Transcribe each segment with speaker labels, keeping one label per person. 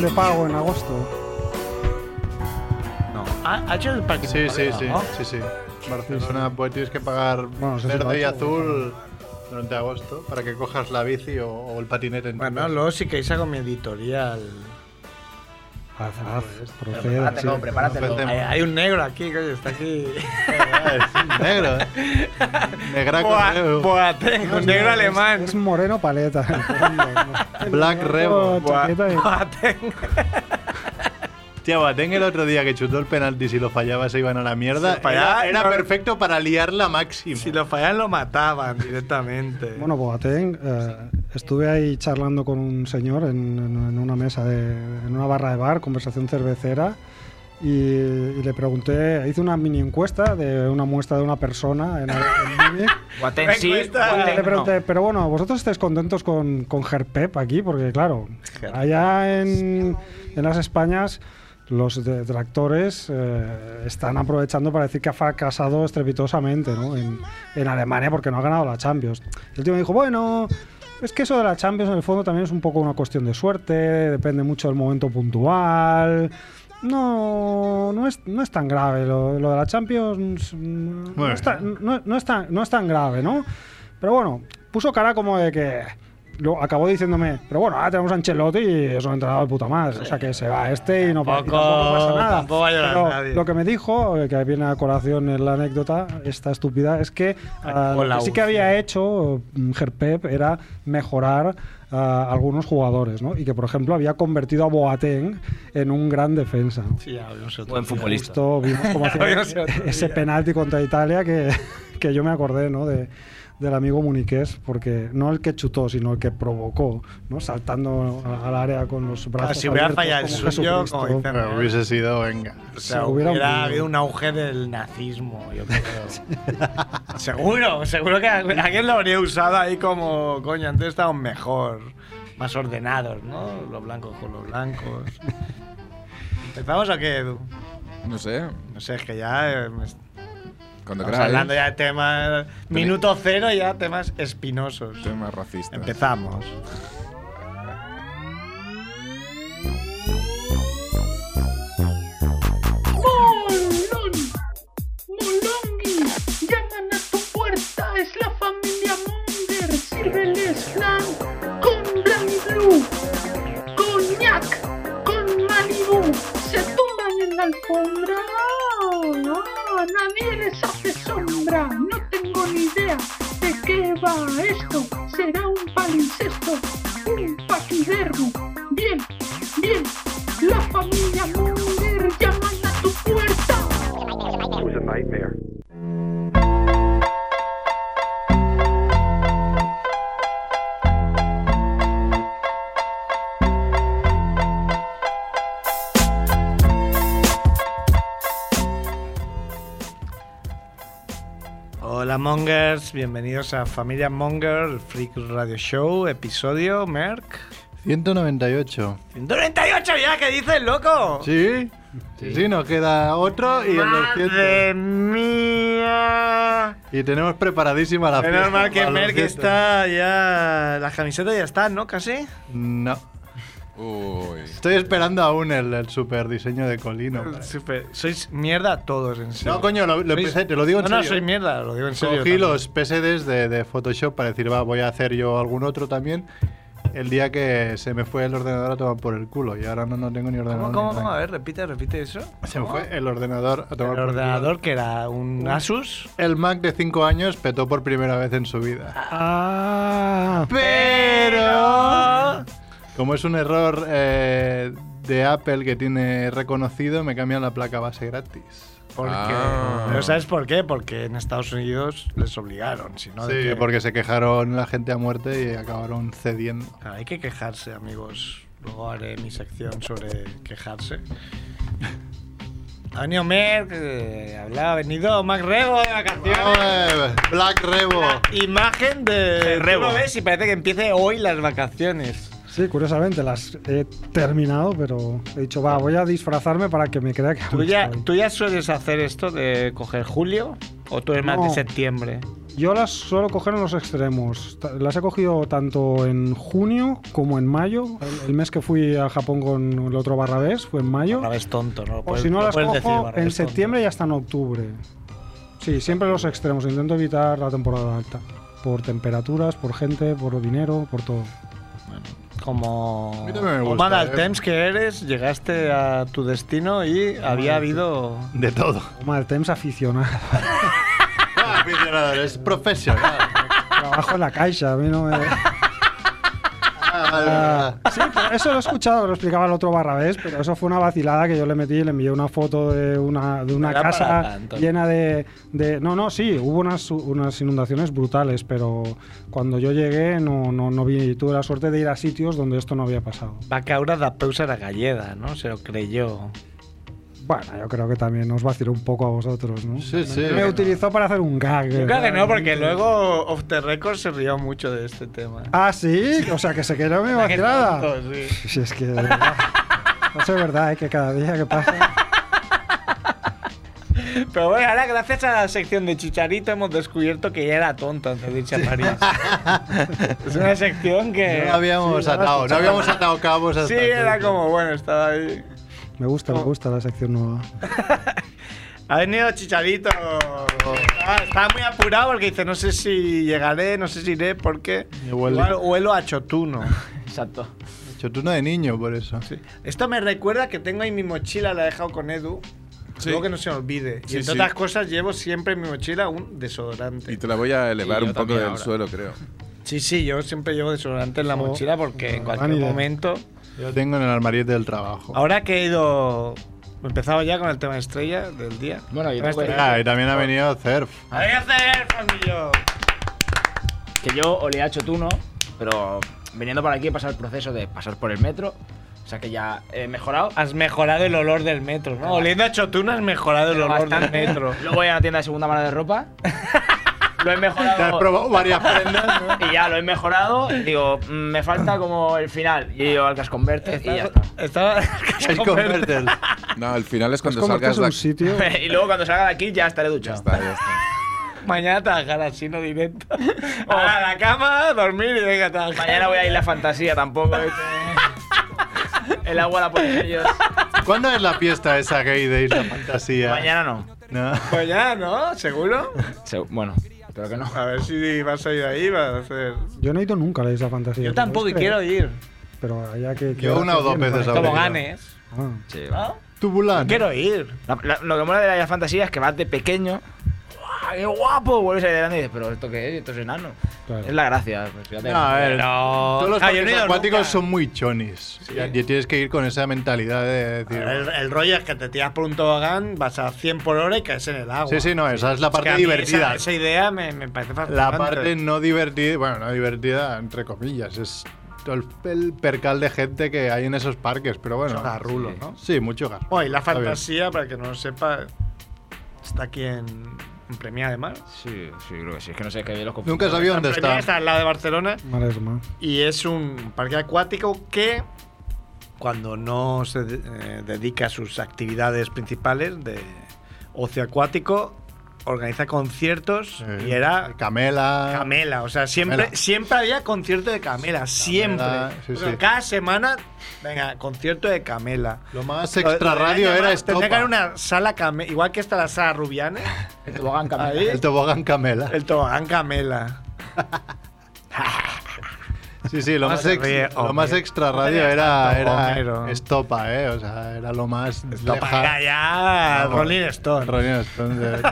Speaker 1: de pago en agosto.
Speaker 2: No.
Speaker 3: Ah, ha hecho el parque.
Speaker 2: Sí, sí, sí,
Speaker 3: ¿no?
Speaker 2: sí, sí. Barcelona, pues tienes que pagar
Speaker 1: Bueno, sí, sí,
Speaker 2: verde y
Speaker 1: lo ha hecho,
Speaker 2: azul durante agosto para que cojas la bici o, o el patinete. En tu
Speaker 3: Bueno,
Speaker 2: casa.
Speaker 3: luego sí que saco mi editorial.
Speaker 1: Haz, haz, procede.
Speaker 4: Prepáratelo,
Speaker 1: sí.
Speaker 4: prepáratelo.
Speaker 3: Hay, hay un negro aquí, coño, está aquí.
Speaker 2: Ah, Es negro, ¿eh? Negraco,
Speaker 3: Boa-
Speaker 2: negro.
Speaker 3: Boateng, un negro
Speaker 1: Es-
Speaker 3: alemán.
Speaker 1: Es moreno paleta.
Speaker 2: Black Rebel.
Speaker 1: Chaqueta y-
Speaker 3: Boateng.
Speaker 2: Tía, Boateng el otro día que chutó el penalti, si lo fallaba se iban a la mierda.
Speaker 3: Si fallaba,
Speaker 2: era era
Speaker 3: no.
Speaker 2: perfecto para liarla máximo.
Speaker 3: Si lo fallan, lo mataban directamente.
Speaker 1: Bueno, Boateng, eh, estuve ahí charlando con un señor en, en- en una mesa, de, en una barra de bar, conversación cervecera, y, y le pregunté, hice una mini encuesta de una muestra de una persona en, en Múnich.
Speaker 4: Guatén
Speaker 3: Me
Speaker 4: sí,
Speaker 3: cuesta.
Speaker 4: Guatén
Speaker 1: Le
Speaker 4: no.
Speaker 1: pregunté, pero bueno, ¿vosotros estáis contentos con, con Gerpep aquí? Porque claro, allá en, en las Españas los detractores eh, están aprovechando para decir que ha fracasado estrepitosamente ¿no? en, en Alemania porque no ha ganado la Champions. Y el tío me dijo, bueno, es que eso de la Champions en el fondo también es un poco una cuestión de suerte, depende mucho del momento puntual. No, no es, no es tan grave. Lo, lo de la Champions mm, no,
Speaker 2: Bueno.
Speaker 1: está- no- no es tan, no es tan grave, ¿no? Pero bueno, puso cara como de que. Lo, acabó diciéndome, pero bueno, ahora tenemos a Ancelotti y es un entrenador de puta madre. O sea que se va este y no, pa- y
Speaker 3: Tampoco-
Speaker 1: pasa nada.
Speaker 3: tampoco va a llorar
Speaker 1: Pero
Speaker 3: nadie.
Speaker 1: Lo que me dijo, eh, que viene a colación en la anécdota, esta estúpida, es que ah,
Speaker 3: con
Speaker 1: lo
Speaker 3: la
Speaker 1: que sí que
Speaker 3: UCI.
Speaker 1: había hecho mm, Gerpep era mejorar a algunos jugadores, ¿no? Y que, por ejemplo, había convertido a Boateng en un gran defensa.
Speaker 3: Sí, ya hablamos otro
Speaker 4: Buen
Speaker 3: día.
Speaker 4: futbolista.
Speaker 1: Esto vimos cómo hacía
Speaker 3: Había sido otro
Speaker 1: ese
Speaker 3: día.
Speaker 1: penalti contra Italia que, que yo me acordé, ¿no? De, del amigo muniqués, porque no el que chutó, sino el que provocó, ¿no? Saltando a- al área con los brazos.
Speaker 3: Ah, si hubiera
Speaker 1: abiertos
Speaker 3: fallado el
Speaker 1: como
Speaker 3: suyo,
Speaker 1: Jesucristo.
Speaker 3: como dicen.
Speaker 2: Pero hubiese sido, venga.
Speaker 3: O sea,
Speaker 1: Si hubiera
Speaker 3: hubiera,
Speaker 1: un-
Speaker 3: habido un auge del nazismo, yo creo. seguro, seguro que alguien lo habría usado ahí como, coño, antes estaban mejor, más ordenados, ¿no? Los blancos con los blancos. ¿Empezamos a qué, Edu?
Speaker 5: No sé,
Speaker 3: No sé, es que ya eh, me-
Speaker 5: cuando
Speaker 3: estamos
Speaker 5: queráis.
Speaker 3: hablando ya de temas... Minuto cero ya temas espinosos.
Speaker 5: Temas racistas.
Speaker 3: Empezamos.
Speaker 6: ¡Molón! ¡Molongi! ¡Llaman a tu puerta! ¡Es la familia Munger! ¡Sírveles flan con Blanc Blue! ¡Coñac! ¡Con Malibu! ¡Se tumban en la alfombra! ¡Ah! ¡Nadie les hace sombra! ¡No tengo ni idea de qué va esto! ¡Será un palincesto! ¡Un paquidermo! ¡Bien! ¡Bien! ¡La familia Munger llaman a tu puerta!
Speaker 3: Hola Mongers, bienvenidos a Familia Monger, el Freak Radio Show, episodio Merck.
Speaker 2: 198.
Speaker 3: 198 ya, ¿qué dices, loco?
Speaker 2: ¿Sí? Sí, sí, nos queda otro y el 200.
Speaker 3: ¡Madre mía!
Speaker 2: Y tenemos preparadísima la fiesta.
Speaker 3: Menos mal que
Speaker 2: para Ah, los
Speaker 3: Merck
Speaker 2: 200.
Speaker 3: está ya... Las camisetas ya están, ¿no? Casi.
Speaker 2: No.
Speaker 5: Uy.
Speaker 2: Estoy esperando aún el, el super diseño de Colino.
Speaker 3: Super- Sois mierda todos, en serio.
Speaker 2: No, coño, lo, lo
Speaker 3: Sois-
Speaker 2: empecé, te lo digo en
Speaker 3: no,
Speaker 2: serio. eh.
Speaker 3: No, soy mierda, lo digo en serio.
Speaker 2: Cogí
Speaker 3: también.
Speaker 2: los PSDs de, de Photoshop para decir, va, voy a hacer yo algún otro también. El día que se me fue el ordenador a tomar por el culo y ahora no, no tengo ni
Speaker 3: ¿Cómo,
Speaker 2: ordenador.
Speaker 3: cómo,
Speaker 2: ni
Speaker 3: cómo? A
Speaker 2: nada.
Speaker 3: ver, repite, repite eso.
Speaker 2: Se me fue el ordenador a tomar
Speaker 3: El
Speaker 2: por
Speaker 3: ordenador que era un Asus.
Speaker 2: el culo. El Mac de 5 años petó por primera vez en su vida.
Speaker 1: Ah,
Speaker 2: Pero. Como es un error eh, de Apple que tiene reconocido, me cambian la placa base gratis.
Speaker 3: Porque,
Speaker 5: Ah.
Speaker 3: ¿Pero sabes por qué? Porque en Estados Unidos les obligaron, si no... ¿de
Speaker 2: Sí,
Speaker 3: qué?
Speaker 2: porque se quejaron la gente a muerte y acabaron cediendo.
Speaker 3: Ah, Hay que quejarse, amigos. Luego haré mi sección sobre quejarse. Ha venido Merck, eh, habla- ha venido Mac Rebo de vacaciones.
Speaker 2: ¡Ole! Black Rebo.
Speaker 3: Imagen de
Speaker 4: Rebo.
Speaker 3: Tú lo ves y parece que empiece hoy las vacaciones.
Speaker 1: sí, curiosamente las he terminado, pero he dicho, va, voy a disfrazarme para que me crea que
Speaker 3: ¿Tú
Speaker 1: aún
Speaker 3: ya,
Speaker 1: estoy.
Speaker 3: ¿Tú ya sueles hacer esto de coger julio? ¿O tú eres más
Speaker 1: No.
Speaker 3: de septiembre?
Speaker 1: Yo las suelo coger en los extremos. Ta- Las he cogido tanto en junio como en mayo. El, el mes que fui a Japón con el otro barrabés fue en mayo.
Speaker 3: Barrabés tonto, ¿no? Lo
Speaker 1: O
Speaker 3: puedes-
Speaker 1: Pues si no
Speaker 3: lo
Speaker 1: las
Speaker 3: puedes
Speaker 1: cojo
Speaker 3: decir,
Speaker 1: en
Speaker 3: Barrabés tonto.
Speaker 1: septiembre y hasta en octubre. Sí, siempre los extremos. Intento evitar la temporada alta. Por temperaturas, por gente, por dinero, por todo.
Speaker 3: Como.
Speaker 2: A mí también me
Speaker 3: como
Speaker 2: gusta,
Speaker 3: Adal
Speaker 2: eh.
Speaker 3: Temps que eres, llegaste a tu destino y había habido.
Speaker 2: De todo.
Speaker 1: Toma el TEMS aficionado.
Speaker 2: Ah, aficionado, es profesional.
Speaker 1: Trabajo en la caixa, a mí no me...
Speaker 2: Ah, vale, vale.
Speaker 1: Sí, pero eso lo he escuchado, lo explicaba el otro barrabés, pero eso fue una vacilada que yo le metí, le envié una foto de una, de una
Speaker 3: Era para
Speaker 1: casa
Speaker 3: tanto.
Speaker 1: llena de, de- No, no, sí, hubo unas, unas inundaciones brutales, pero cuando yo llegué no, no, no vi, tuve la suerte de ir a sitios donde esto no había pasado.
Speaker 3: Va caure de peus a la galleda, ¿no? Se lo creyó.
Speaker 1: Bueno, yo creo que también os vaciló un poco a vosotros, ¿no?
Speaker 2: Sí, sí.
Speaker 1: Me utilizó para hacer un gag.
Speaker 3: Yo creo que no, porque luego Off the Record se rió mucho de este tema.
Speaker 1: Ah, sí, o sea que se quedó mi
Speaker 3: Qué
Speaker 1: vacilada.
Speaker 3: tonto, sí.
Speaker 1: Si es que de verdad. No sé, verdad, ¿eh? que cada día que pasa.
Speaker 3: Pero bueno, ahora gracias a la sección de Chicharito hemos descubierto que ya era tonto antes de irse a París. es una sección que...
Speaker 2: No habíamos atado, Eh, no habíamos atado cabos hasta
Speaker 3: Sí, era
Speaker 2: entonces.
Speaker 3: como, bueno, estaba ahí.
Speaker 1: Me gusta, me gusta la sección nueva.
Speaker 3: Ha venido Chicharito. Ah, Estaba muy apurado porque dice, no sé si llegaré, no sé si iré, porque...
Speaker 2: Me huele.
Speaker 3: Igual huelo a chotuno. Exacto.
Speaker 2: Chotuna de niño, por eso. Sí.
Speaker 3: Esto me recuerda que tengo ahí mi mochila, la he dejado con Edu.
Speaker 5: Sí.
Speaker 3: Luego que no se me olvide.
Speaker 5: Sí,
Speaker 3: y entre
Speaker 5: sí.
Speaker 3: otras cosas llevo siempre en mi mochila un desodorante.
Speaker 5: Y te la voy a elevar
Speaker 3: yo
Speaker 5: un poco
Speaker 3: también
Speaker 5: del
Speaker 3: ahora.
Speaker 5: suelo, creo.
Speaker 3: Sí, sí, yo siempre llevo desodorante en la
Speaker 1: Eso-
Speaker 3: mochila porque en
Speaker 1: no,
Speaker 3: cualquier
Speaker 1: ni idea.
Speaker 3: momento.
Speaker 2: Yo tengo en el armario del trabajo.
Speaker 3: Ahora que he ido. Empezaba ya con el tema estrella del día.
Speaker 4: Bueno, yo
Speaker 3: Tema
Speaker 4: tengo-
Speaker 3: estrella.
Speaker 2: Ah, y también ha venido Cerf.
Speaker 3: ¡Ahí hacer, fondillo!
Speaker 4: que yo olía a chotuno, pero viniendo para aquí he pasado el proceso de pasar por el metro, o sea que ya he mejorado.
Speaker 3: Has mejorado Ah, el olor del metro, ¿no? Oliendo a chotuna has mejorado el
Speaker 4: Pero
Speaker 3: olor del
Speaker 4: bastante.
Speaker 3: metro.
Speaker 4: Luego voy a la tienda de segunda mano de ropa. Lo he
Speaker 2: Te has
Speaker 4: mejorado.
Speaker 2: probado varias prendas.
Speaker 4: Y ya lo he mejorado. Digo, mm, me falta como el final. Y yo al Casconverte y ya está.
Speaker 3: Estaba.
Speaker 2: Es converter.
Speaker 5: No, al final es
Speaker 1: Es
Speaker 5: cuando
Speaker 1: como que
Speaker 5: salgas
Speaker 1: es
Speaker 5: la...
Speaker 1: un sitio.
Speaker 4: Y luego cuando salga de aquí ya estaré duchado.
Speaker 5: Está, ya está.
Speaker 3: Mañana trabajar así, no directo. A la cama, dormir y venga a trabajar.
Speaker 4: Mañana voy a ir la fantasía tampoco. ¿eh? El agua la ponen ellos.
Speaker 2: ¿Cuándo es la fiesta esa gay de Isla Fantasía?
Speaker 4: Mañana no.
Speaker 2: No.
Speaker 3: Pues ya, ¿no? ¿Seguro?
Speaker 4: Bueno, creo que no.
Speaker 3: A ver si vas a ir ahí, vas a hacer.
Speaker 1: Yo no he ido nunca a la isla fantasía.
Speaker 3: Yo tampoco y
Speaker 1: ¿no?
Speaker 3: quiero ir.
Speaker 1: Pero allá que. que
Speaker 2: Yo una o dos
Speaker 1: tiene,
Speaker 2: veces
Speaker 1: ¿no?
Speaker 2: a
Speaker 3: Como ¿eh?
Speaker 2: Como
Speaker 3: ganes.
Speaker 2: ganes.
Speaker 1: Ah.
Speaker 4: Sí,
Speaker 2: Tubulán.
Speaker 3: Quiero ir.
Speaker 4: La- la- lo que mola de la fantasía es que vas de pequeño. ¡guau, ¡Qué guapo! Vuelves a ir adelante y dices, pero ¿esto qué es? ¿Esto es enano?
Speaker 1: Claro.
Speaker 4: Es la gracia. pues, fíjate.
Speaker 2: No, a ver.
Speaker 3: Pero-
Speaker 2: Todos los
Speaker 3: Ah, yo no he
Speaker 2: parques
Speaker 3: ido
Speaker 2: acuáticos
Speaker 3: nunca.
Speaker 2: son muy chonis. Y, y tienes que ir con esa mentalidad de decir.
Speaker 3: El, el rollo Ah, es que te tiras por un tobogán, vas a 100 por hora y caes en el agua.
Speaker 2: Sí, sí, no, esa es la
Speaker 3: Es que
Speaker 2: parte
Speaker 3: a mí Esa,
Speaker 2: divertida.
Speaker 3: esa idea me, me parece fascinante.
Speaker 2: La parte no divertida, bueno, no divertida, entre comillas, es todo el, el percal de gente que hay en esos parques, pero bueno.
Speaker 3: Mucho garrulo,
Speaker 2: sí.
Speaker 3: ¿no?
Speaker 2: Sí, mucho garrulo.
Speaker 3: Oye, la
Speaker 2: Está bien.
Speaker 3: fantasía, para el que no lo sepa, está aquí en, en Premia de Mar.
Speaker 4: Sí, sí, creo que sí. Es que no sé qué los confundo.
Speaker 2: Nunca sabía dónde
Speaker 3: Premiá
Speaker 2: está.
Speaker 3: está al lado de Barcelona.
Speaker 1: Maresma.
Speaker 3: Y es un parque acuático que, cuando no se de- eh, dedica a sus actividades principales de ocio acuático, organiza conciertos
Speaker 2: Sí.
Speaker 3: y era
Speaker 2: Camela.
Speaker 3: Camela. O sea, siempre,
Speaker 2: Camela.
Speaker 3: siempre había concierto de Camela, siempre.
Speaker 2: sí,
Speaker 3: O sea,
Speaker 2: sí.
Speaker 3: Cada semana, venga, concierto de Camela.
Speaker 2: Lo más extrarradio
Speaker 3: Tendría que
Speaker 2: era
Speaker 3: llamar-
Speaker 2: esto.
Speaker 3: Tendría que haber una sala Camela, igual que está la sala Rubianes,
Speaker 4: El tobogán camina.
Speaker 3: Ahí.
Speaker 2: El tobogán Camela.
Speaker 3: el tobogán Camela.
Speaker 2: Sí, sí, lo
Speaker 3: No
Speaker 2: más,
Speaker 3: Ah, se
Speaker 2: ex-
Speaker 3: ríe,
Speaker 2: lo
Speaker 3: hombre.
Speaker 2: más extra radio
Speaker 3: No te
Speaker 2: era,
Speaker 3: veas tanto,
Speaker 2: era
Speaker 3: Homero.
Speaker 2: estopa, ¿eh? O sea, era lo más.
Speaker 3: Esto para ya,
Speaker 2: No.
Speaker 3: Rolling Stone.
Speaker 2: Ah, Rolling Stone de-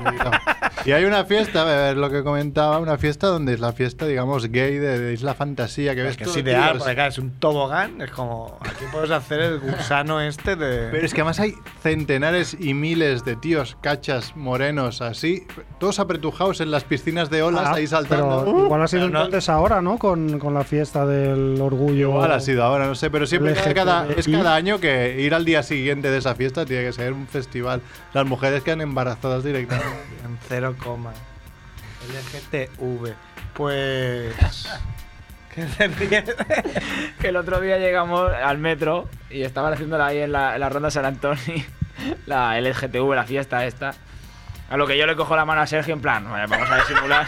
Speaker 2: Y hay una fiesta, es lo que comentaba, una fiesta donde es la fiesta, digamos, gay de, de Isla Fantasía, que ves
Speaker 3: Es que
Speaker 2: todo,
Speaker 3: es ideal,
Speaker 2: tío,
Speaker 3: porque claro, es un tobogán, es como, aquí puedes hacer el gusano este de...
Speaker 2: Pero es que además hay centenares y miles de tíos cachas morenos así, todos apretujados en las piscinas de olas,
Speaker 1: Ah,
Speaker 2: ahí saltando.
Speaker 1: Pero igual ha sido
Speaker 3: Pero no-
Speaker 1: entonces ahora, ¿no? Con, con la fiesta del orgullo.
Speaker 2: Igual ha sido ahora, no sé, pero siempre cada,
Speaker 1: LGTBI.
Speaker 2: cada- es cada año que ir al día siguiente de esa fiesta tiene que ser un festival. Las mujeres quedan embarazadas directamente.
Speaker 3: En cero coma. LGTV. Pues... ¿Qué te ríes?
Speaker 4: Que el otro día llegamos al metro y estaban haciéndola ahí en la, en la ronda San Antonio. La LGTV, la fiesta esta. A lo que yo le cojo la mano a Sergio en plan, "Vale, vamos a disimular.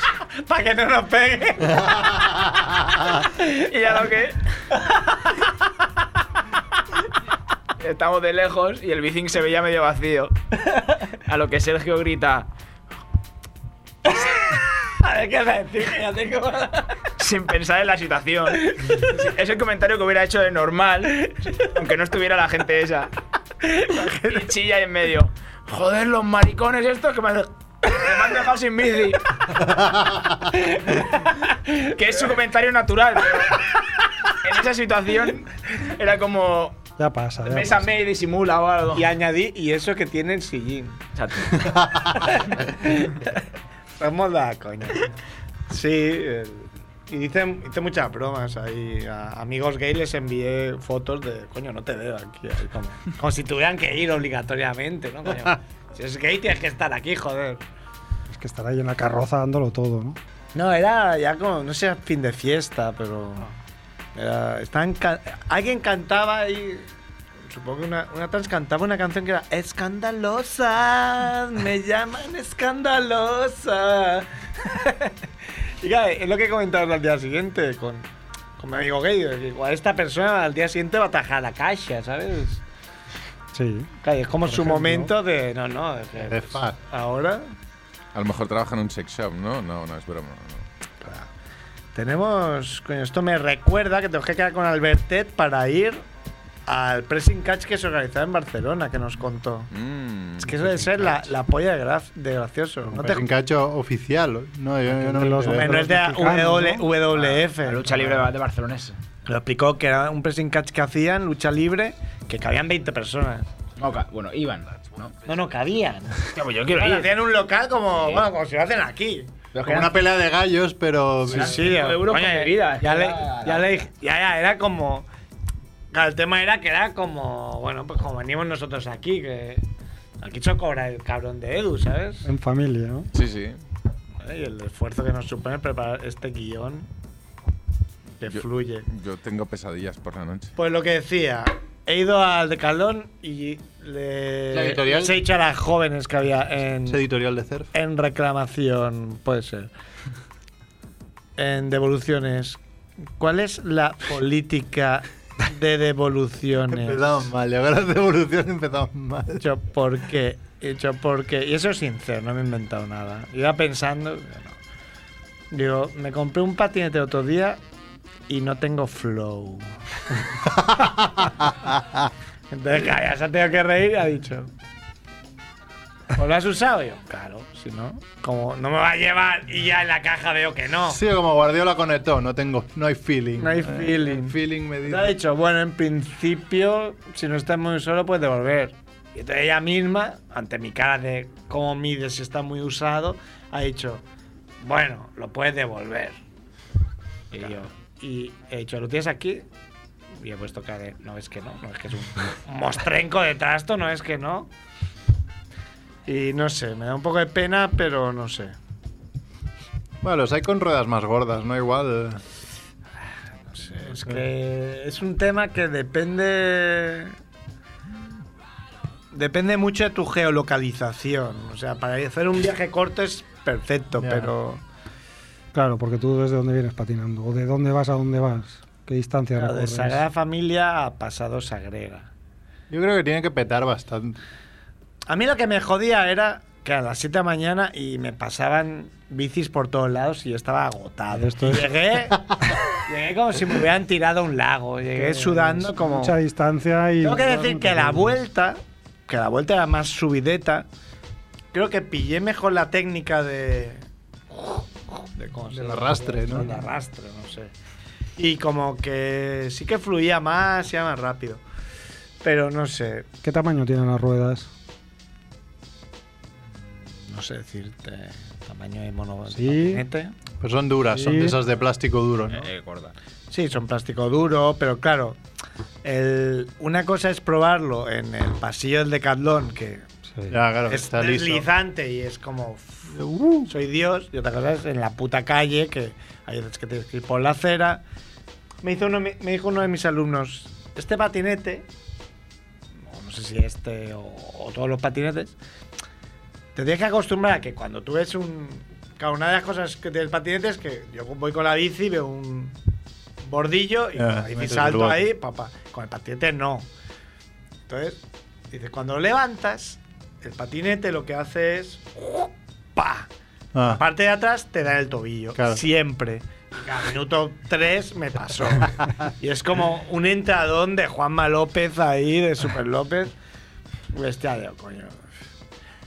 Speaker 3: Para que no nos pegue.
Speaker 4: y a lo que. Estamos de lejos y el bicing se veía medio vacío. A lo que Sergio grita,
Speaker 3: A ver qué decir, ya tengo.
Speaker 4: sin pensar en la situación. Es el comentario que hubiera hecho de normal, aunque no estuviera la gente esa. Y chilla en medio. Joder, los maricones estos que me han, dej- que me han dejado sin bici. que es su comentario natural, pero en esa situación era como.
Speaker 1: Ya pasa. ya pasa.
Speaker 4: Bésame y disimula o algo.
Speaker 3: Y añadí, y eso que tienen sillín.
Speaker 4: Exacto.
Speaker 3: Somos la coña. Sí. eh, Y hice, hice muchas bromas ahí. A amigos gay les envié fotos de, coño, no te veo aquí. ahí como, como si tuvieran que ir obligatoriamente, ¿no? Coño, si es gay tienes que estar aquí, joder.
Speaker 1: Es que estar ahí en la carroza dándolo todo, ¿no?
Speaker 3: No, era ya como, no sé, fin de fiesta, pero. Era, estaban ca- alguien cantaba y. Supongo que una, una trans cantaba una canción que era Escandalosa, me llaman escandalosa. y claro, es lo que comentamos al día siguiente con, con mi amigo gay. de que Igual esta persona al día siguiente va a tajar la caja, ¿sabes?
Speaker 1: Sí.
Speaker 3: Claro, y es como
Speaker 1: Por
Speaker 3: su
Speaker 1: ejemplo.
Speaker 3: momento de. No, no, de, que,
Speaker 2: De
Speaker 3: pues,
Speaker 2: far.
Speaker 3: ahora
Speaker 5: A lo mejor trabaja en un sex shop, ¿no? No, no, es broma. no.
Speaker 3: Tenemos. Coño, esto me recuerda que tengo que quedar con Albertet para ir al pressing catch que se organizaba en Barcelona, que nos contó.
Speaker 5: Mm.
Speaker 3: Es que eso debe ser la, la polla de, graf- de gracioso. No
Speaker 2: Un
Speaker 3: te,
Speaker 2: pressing cacho oficial. No, yo, yo no me
Speaker 1: Los-
Speaker 2: enteré.
Speaker 3: Hombre, no es de la
Speaker 1: mexicanos,
Speaker 3: WL-
Speaker 1: ¿no?
Speaker 3: WWF.
Speaker 4: La lucha libre de barcelonés.
Speaker 3: Lo explicó que era un pressing catch que hacían, lucha libre, que cabían 20 personas.
Speaker 4: No, ca- bueno, Iván. No,
Speaker 3: No, no, cabían.
Speaker 4: Hostia, pues yo quiero
Speaker 3: Bueno,
Speaker 4: ir.
Speaker 3: hacían un local como, bueno, como si lo hacen aquí.
Speaker 4: Pero
Speaker 2: Como una pelea de gallos, pero.
Speaker 3: Sí, sí,
Speaker 4: cinco euros
Speaker 3: coño,
Speaker 4: con bebidas.
Speaker 3: Ya le,
Speaker 4: Ya,
Speaker 3: ya
Speaker 4: ya.
Speaker 3: le dije- ya, ya, era como. Claro, el tema era que era como. Bueno, pues como venimos nosotros aquí, que. Aquí se cobra el cabrón de Edu, ¿sabes?
Speaker 1: En familia, ¿no?
Speaker 5: Sí, sí.
Speaker 3: Y el esfuerzo que nos supone preparar este guión. Que
Speaker 5: Yo-
Speaker 3: fluye.
Speaker 5: Yo tengo pesadillas por la noche.
Speaker 3: Pues lo que decía, he ido al Decalón y le.
Speaker 2: ¿La editorial?
Speaker 3: les he dicho a las jóvenes que había en.
Speaker 2: Es editorial de CERF.
Speaker 3: En reclamación, puede ser. En devoluciones. ¿Cuál es la política de devoluciones?
Speaker 2: Empezamos mal, y ahora las devoluciones empezamos mal.
Speaker 3: Yo porque, yo porque, y eso es sincero, no me he inventado nada. Yo iba pensando, no. digo, me compré un patinete el otro día y no tengo flow. Entonces, claro, ya se ha tenido que reír y ha dicho. ¿O lo has usado? Y yo, claro, si no, como no me va a llevar y ya en la caja veo que no.
Speaker 2: Sí, como Guardiola conectó, no tengo, no hay feeling.
Speaker 3: No hay
Speaker 2: Eh,
Speaker 3: feeling.
Speaker 2: feeling me
Speaker 3: Te ha
Speaker 2: dice.
Speaker 3: dicho, bueno, en principio, si no estás muy solo, puedes devolver. Y entonces ella misma, ante mi cara de cómo mide si está muy usado, ha dicho, bueno, lo puedes devolver. Y yo, y he dicho, ¿lo tienes aquí? Y he puesto cara de, no es que no, no es que es un mostrenco de trasto, no es que no. Y no sé, me da un poco de pena, pero no sé.
Speaker 2: Bueno, los hay con ruedas más gordas, ¿no? Igual. eh,
Speaker 3: Es que es un tema que depende. Depende mucho de tu geolocalización. O sea, para hacer un viaje corto es perfecto,
Speaker 2: Ya.
Speaker 3: pero.
Speaker 1: Claro, porque tú desde dónde vienes patinando o de dónde vas a dónde vas, qué distancia
Speaker 3: claro, de
Speaker 1: recorres.
Speaker 3: Sagrada Familia a pasado Sagrega.
Speaker 2: Yo creo que tiene que petar bastante.
Speaker 3: A mí lo que me jodía era que a las 7 de la mañana y me pasaban bicis por todos lados y yo estaba agotado.
Speaker 1: Esto es-
Speaker 3: Llegué, llegué como si me hubieran tirado a un lago. Llegué
Speaker 1: Es
Speaker 3: sudando como.
Speaker 1: Eh, mucha distancia y
Speaker 3: Tengo que decir que la vuelta, que la vuelta era más subideta, creo que pillé mejor la técnica de. de cómo se
Speaker 2: Del
Speaker 3: llama,
Speaker 2: arrastre, ¿no?
Speaker 3: Del arrastre, no sé. Y como que sí que fluía más y era más rápido. Pero no sé,
Speaker 1: ¿Qué tamaño tienen las ruedas?
Speaker 3: no sé decirte tamaño de mono. de
Speaker 1: Sí.
Speaker 3: patinete.
Speaker 2: Pues son duras, son
Speaker 1: Sí.
Speaker 2: de esas de plástico duro, ¿no?
Speaker 4: Eh, gorda.
Speaker 3: Sí, son plástico duro, pero claro, el- una cosa es probarlo en el pasillo del decatlón, que
Speaker 2: Ya, claro,
Speaker 3: es
Speaker 2: está liso.
Speaker 3: deslizante y es como
Speaker 2: Uh,
Speaker 3: soy Dios, y otra cosa es en la puta calle, que hay veces que tienes que ir por la acera. Me, hizo uno, me dijo uno de mis alumnos, este patinete, o no sé si este o, o todos los patinetes, te tienes que acostumbrar a que cuando tú ves un. Claro, una de las cosas que- del patinete es que yo voy con la bici, veo un bordillo y
Speaker 2: Ah,
Speaker 3: con la bici
Speaker 2: metes el
Speaker 3: salto
Speaker 2: bote.
Speaker 3: ahí, papá. Con el patinete no. Entonces, dices, cuando levantas, el patinete lo que hace es. ¡Pa! La
Speaker 2: Ah,
Speaker 3: parte de atrás te da en el tobillo.
Speaker 2: Claro.
Speaker 3: Siempre. Y Al minuto 3 me pasó. y es como un entradón de Juanma López ahí, de Super López. Bestia de coño.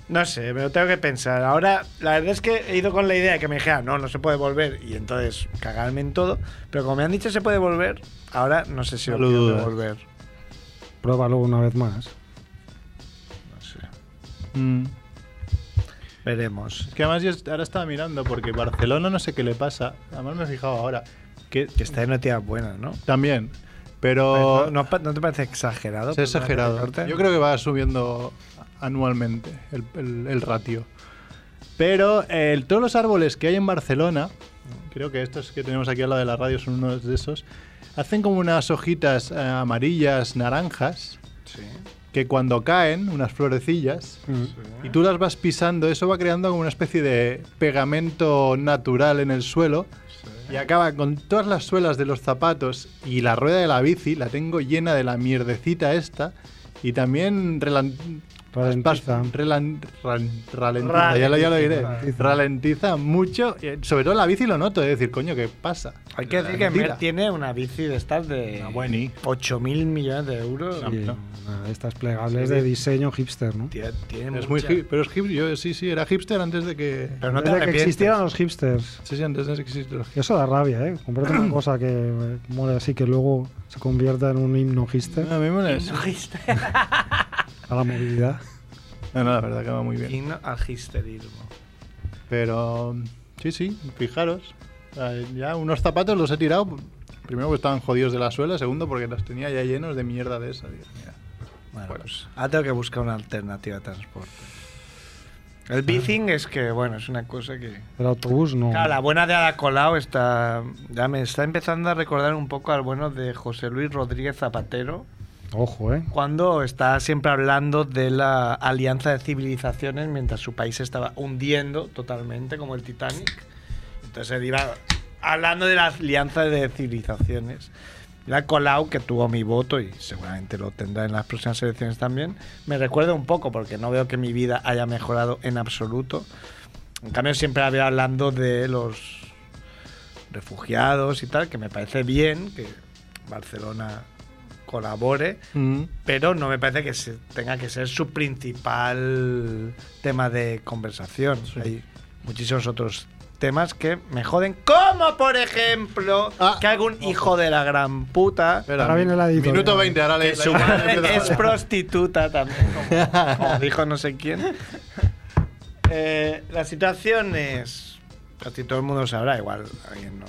Speaker 3: No sé, me lo tengo que pensar. Ahora, la verdad es que he ido con la idea de que me dijera, no, no se puede volver. Y entonces cagarme en todo. Pero como me han dicho se puede volver, ahora no sé si lo
Speaker 2: No lo ¿eh?
Speaker 3: puedo
Speaker 2: dudas.
Speaker 3: volver.
Speaker 1: Pruébalo una vez más.
Speaker 3: No sé.
Speaker 2: mm.
Speaker 3: Veremos.
Speaker 2: Es que además yo ahora estaba mirando porque Barcelona no sé qué le pasa. Además me he fijado ahora. Que
Speaker 3: Que está en noticias buenas, ¿no?
Speaker 2: también. Pero
Speaker 3: ¿No, no pa- no te parece exagerado?
Speaker 2: Oh. es exagerado. Yo creo que va subiendo anualmente el, el- el ratio. Pero eh, todos los árboles que hay en Barcelona, creo que estos que tenemos aquí al lado de la radio son unos de esos, hacen como unas hojitas eh, amarillas, naranjas, que cuando caen, unas florecillas,
Speaker 3: Mm.
Speaker 2: y tú las vas pisando, eso va creando como una especie de pegamento natural en el suelo. Y acaba con todas las suelas de los zapatos y la rueda de la bici, la tengo llena de la mierdecita esta. Y también relan-
Speaker 1: Ralentiza.
Speaker 2: pas- relan- ran- ralentiza, ya lo, ya lo diré.
Speaker 1: Ralentiza.
Speaker 2: Ralentiza mucho. eh, Sobre todo en la bici lo noto, es decir, coño, ¿qué pasa?
Speaker 3: Hay que decir que Mer
Speaker 2: Mentira.
Speaker 3: tiene una bici de estas de
Speaker 2: Una bueni.
Speaker 3: 8.000 millones de euros.
Speaker 2: No,
Speaker 1: Y
Speaker 2: no.
Speaker 1: una de estas plegables de diseño hipster, ¿no?
Speaker 3: Tía, tiene
Speaker 2: Es muy
Speaker 3: mucha-
Speaker 2: hip- pero es hipster, yo sí, sí, era hipster antes de que...
Speaker 3: Pero no te
Speaker 1: Desde que
Speaker 3: arrepientes.
Speaker 1: existieran los hipsters.
Speaker 2: Sí, sí, antes de que existiera.
Speaker 1: Y Eso da rabia, ¿eh? Comprarte una cosa que eh, mole así que luego se convierta en un himno hipster
Speaker 2: A mí me la-
Speaker 1: a la movilidad.
Speaker 2: No, no, la verdad que va muy bien.
Speaker 3: Himno al histerismo.
Speaker 2: Pero sí, sí, fijaros. eh, Ya unos zapatos los he tirado. Primero porque estaban jodidos de la suela, segundo porque los tenía ya llenos de mierda de esa. Dios, mira.
Speaker 3: Bueno,
Speaker 2: Bueno.
Speaker 3: pues, ahora tengo que buscar una alternativa de transporte.
Speaker 2: Ah.
Speaker 3: El bicing es que, bueno, es una cosa que...
Speaker 1: El autobús no.
Speaker 3: Claro, la buena de Ada Colau está... Ya me está empezando a recordar un poco al bueno de José Luis Rodríguez Zapatero,
Speaker 1: Ojo, ¿eh?
Speaker 3: cuando está siempre hablando de la alianza de civilizaciones mientras su país se estaba hundiendo totalmente como el Titanic. Entonces él iba hablando de la alianza de civilizaciones. La Colau, que tuvo mi voto y seguramente lo tendrá en las próximas elecciones también, me recuerda un poco porque no veo que mi vida haya mejorado en absoluto. En cambio, siempre había hablando de los refugiados y tal, que me parece bien que Barcelona colabore,
Speaker 1: Mm.
Speaker 3: pero no me parece que se- tenga que ser su principal tema de conversación. Hay muchísimos otros temas que me joden, como por ejemplo
Speaker 2: Ah,
Speaker 3: que algún hijo de la gran puta
Speaker 2: Espera,
Speaker 1: Ahora viene la editorial.
Speaker 2: Minuto 20, ahora le
Speaker 3: que su madre es prostituta también, como, como dijo no sé quién. Eh, la situación es, casi todo el mundo sabrá, igual alguien no.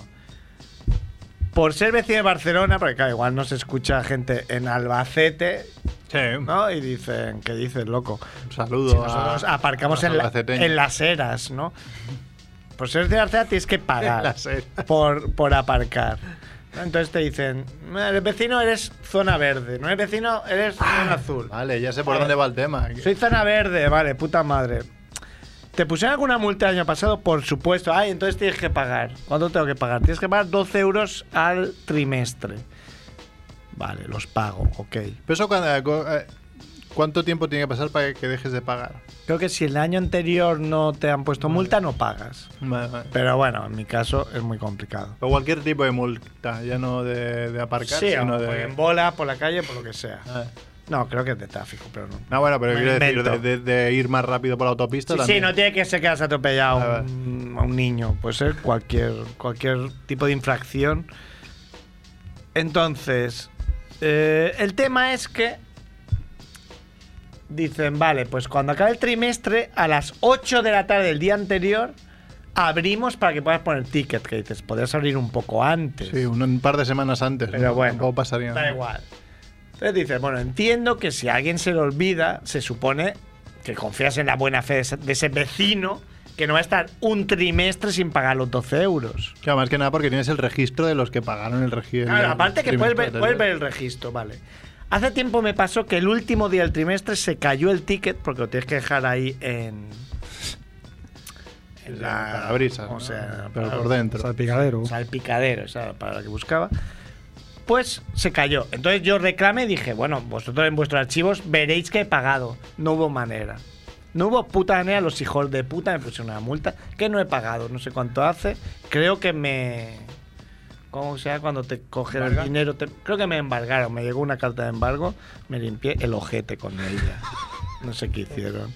Speaker 3: Por ser vecino de Barcelona, porque claro, igual no se escucha gente en Albacete,
Speaker 2: Sí,
Speaker 3: ¿no? Y dicen, ¿qué dices, loco?
Speaker 2: Un saludo.
Speaker 3: Si nosotros
Speaker 2: a-
Speaker 3: aparcamos
Speaker 2: a
Speaker 3: en, la-
Speaker 2: Albaceteños.
Speaker 3: en las eras, ¿no? Por ser de Arcea tienes que pagar
Speaker 2: las eras.
Speaker 3: por, por aparcar. ¿no? Entonces te dicen, el vecino eres zona verde, no eres vecino, eres zona azul.
Speaker 2: Ah, Vale, ya sé por dónde va el tema.
Speaker 3: Soy zona verde, vale, puta madre. ¿Te pusieron alguna multa el año pasado? Por supuesto. Ay, entonces tienes que pagar. ¿Cuánto tengo que pagar? Tienes que pagar 12 euros al trimestre. Vale, los pago, ok.
Speaker 2: Pero eso cuando- cu- eh, ¿Cuánto tiempo tiene que pasar para que dejes de pagar?
Speaker 3: Creo que si el año anterior no te han puesto multa, no pagas.
Speaker 2: Vale, vale.
Speaker 3: Pero bueno, en mi caso es muy complicado.
Speaker 2: O cualquier tipo de multa, ya no de, de aparcar,
Speaker 3: Sí,
Speaker 2: sino
Speaker 3: o
Speaker 2: de.
Speaker 3: en bola, por la calle, por lo que sea.
Speaker 2: Ah.
Speaker 3: No, creo que es de tráfico, pero no.
Speaker 2: No, bueno, pero
Speaker 3: Me
Speaker 2: quiero decir,
Speaker 3: invento.
Speaker 2: de, de- de ir más rápido por la autopista
Speaker 3: Sí, sí,
Speaker 2: también.
Speaker 3: no tiene que ser que has atropellado
Speaker 2: Ah,
Speaker 3: a un, a un niño. Puede ser cualquier, cualquier tipo de infracción. Entonces, eh, el tema es que dicen, vale, pues cuando acabe el trimestre, a las 8 de la tarde del día anterior, abrimos para que puedas poner ticket. Que dices, podrías abrir un poco antes.
Speaker 2: Sí, un, un par de semanas antes.
Speaker 3: Pero
Speaker 2: ¿no?
Speaker 3: bueno,
Speaker 2: Tampoco pasaría
Speaker 3: Da
Speaker 2: nada.
Speaker 3: igual. Entonces dices, bueno, entiendo que si a alguien se le olvida, se supone que confías en la buena fe de ese, de ese vecino que no va a estar un trimestre sin pagar los 12 euros.
Speaker 2: Claro, más que nada porque tienes el registro de los que pagaron el registro.
Speaker 3: Claro, aparte que puedes ver, puedes ver el registro, vale. Hace tiempo me pasó que el último día del trimestre se cayó el ticket, porque lo tienes que dejar ahí en, en
Speaker 2: sí,
Speaker 3: la-
Speaker 2: parabrisas,
Speaker 3: O
Speaker 2: ¿no?
Speaker 3: sea,
Speaker 2: Pero
Speaker 3: para-
Speaker 2: por dentro.
Speaker 1: Salpicadero.
Speaker 3: salpicadero, esa era para la que buscaba. Pues se cayó. Entonces yo reclamé y dije, bueno, vosotros en vuestros archivos veréis que he pagado. No hubo manera. No hubo puta manera, los hijos de puta me pusieron una multa que no he pagado. No sé cuánto hace. Creo que me... ¿Cómo sea? Cuando te cogen el
Speaker 2: ¿Embargan?
Speaker 3: dinero, te- creo que me embargaron. Me llegó una carta de embargo, me limpié el ojete con ella. No sé qué hicieron.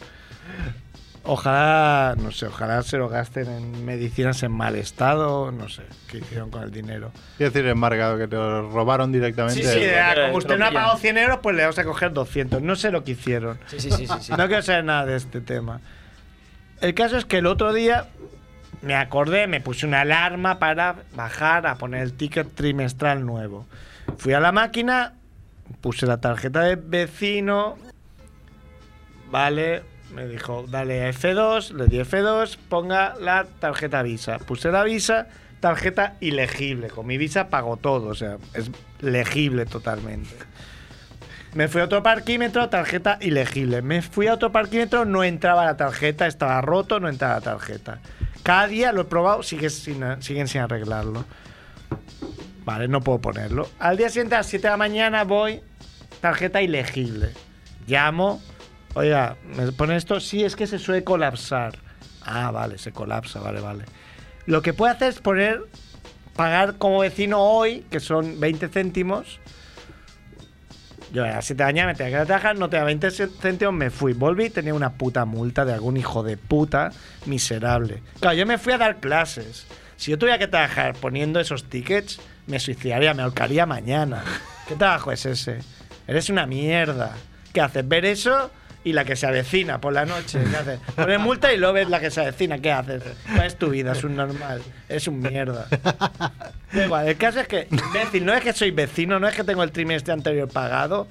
Speaker 3: Ojalá, no sé, ojalá se lo gasten en medicinas en mal estado, no sé, qué hicieron con el dinero.
Speaker 2: Quiero decir, embargado, que te lo robaron directamente.
Speaker 4: Sí, sí, de-
Speaker 3: como usted no ha
Speaker 4: Tropilla.
Speaker 3: pagado 100 euros, pues le vamos a coger 200. No sé lo que hicieron.
Speaker 4: Sí, sí, sí, sí. sí.
Speaker 3: No quiero saber nada de este tema. El caso es que el otro día me acordé, me puse una alarma para bajar a poner el ticket trimestral nuevo. Fui a la máquina, puse la tarjeta de vecino, vale, me dijo, dale a F2, le di F2, ponga la tarjeta Visa. Puse la Visa, tarjeta ilegible. Con mi Visa pago todo, o sea, es legible totalmente. Me fui a otro parquímetro, tarjeta ilegible. Me fui a otro parquímetro, no entraba la tarjeta, estaba roto, no entraba la tarjeta. Cada día lo he probado, sigue sin, siguen sin arreglarlo. Vale, no puedo ponerlo. Al día siguiente, a las 7 de la mañana, voy, tarjeta ilegible. Llamo, oiga, ¿me pone esto? Sí, es que se suele colapsar. Ah, vale, se colapsa, vale, vale. Lo que puedo hacer es poner, pagar como vecino hoy, que son 20 céntimos. Yo a las 7 de la mañana me tenía que ir a trabajar, no tenía 20 céntimos, me fui. Volví y tenía una puta multa de algún hijo de puta miserable. Claro, yo me fui a dar clases. Si yo tuviera que trabajar poniendo esos tickets, me suicidaría, me ahorcaría mañana. ¿Qué trabajo es ese? Eres una mierda. ¿Qué haces? Ver eso y la que se avecina por la noche. ¿Qué haces? Pones multa y luego ves la que se avecina. ¿Qué haces? ¿Cuál es tu vida? Es un normal. Es un mierda. Da igual, el caso es que, imbécil, no es que soy vecino, no es que tengo el trimestre este anterior pagado.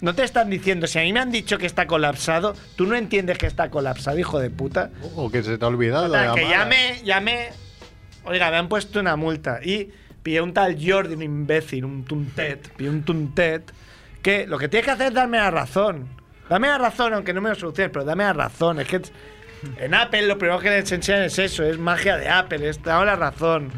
Speaker 3: No te están diciendo, si a mí me han dicho que está colapsado, tú no entiendes que está colapsado, hijo de puta.
Speaker 2: O que se te ha olvidado.
Speaker 3: Total,
Speaker 2: la
Speaker 3: que
Speaker 2: llamada.
Speaker 3: llame, llame. Oiga, me han puesto una multa. Y pillé un tal Jordi, un imbécil, un tuntet. Pillé un tuntet. Que lo que tienes que hacer es darme la razón. Dame la razón, aunque no me lo soluciones, pero dame la razón. Es que en Apple lo primero que les enseñan es eso, es magia de Apple, es dame la razón.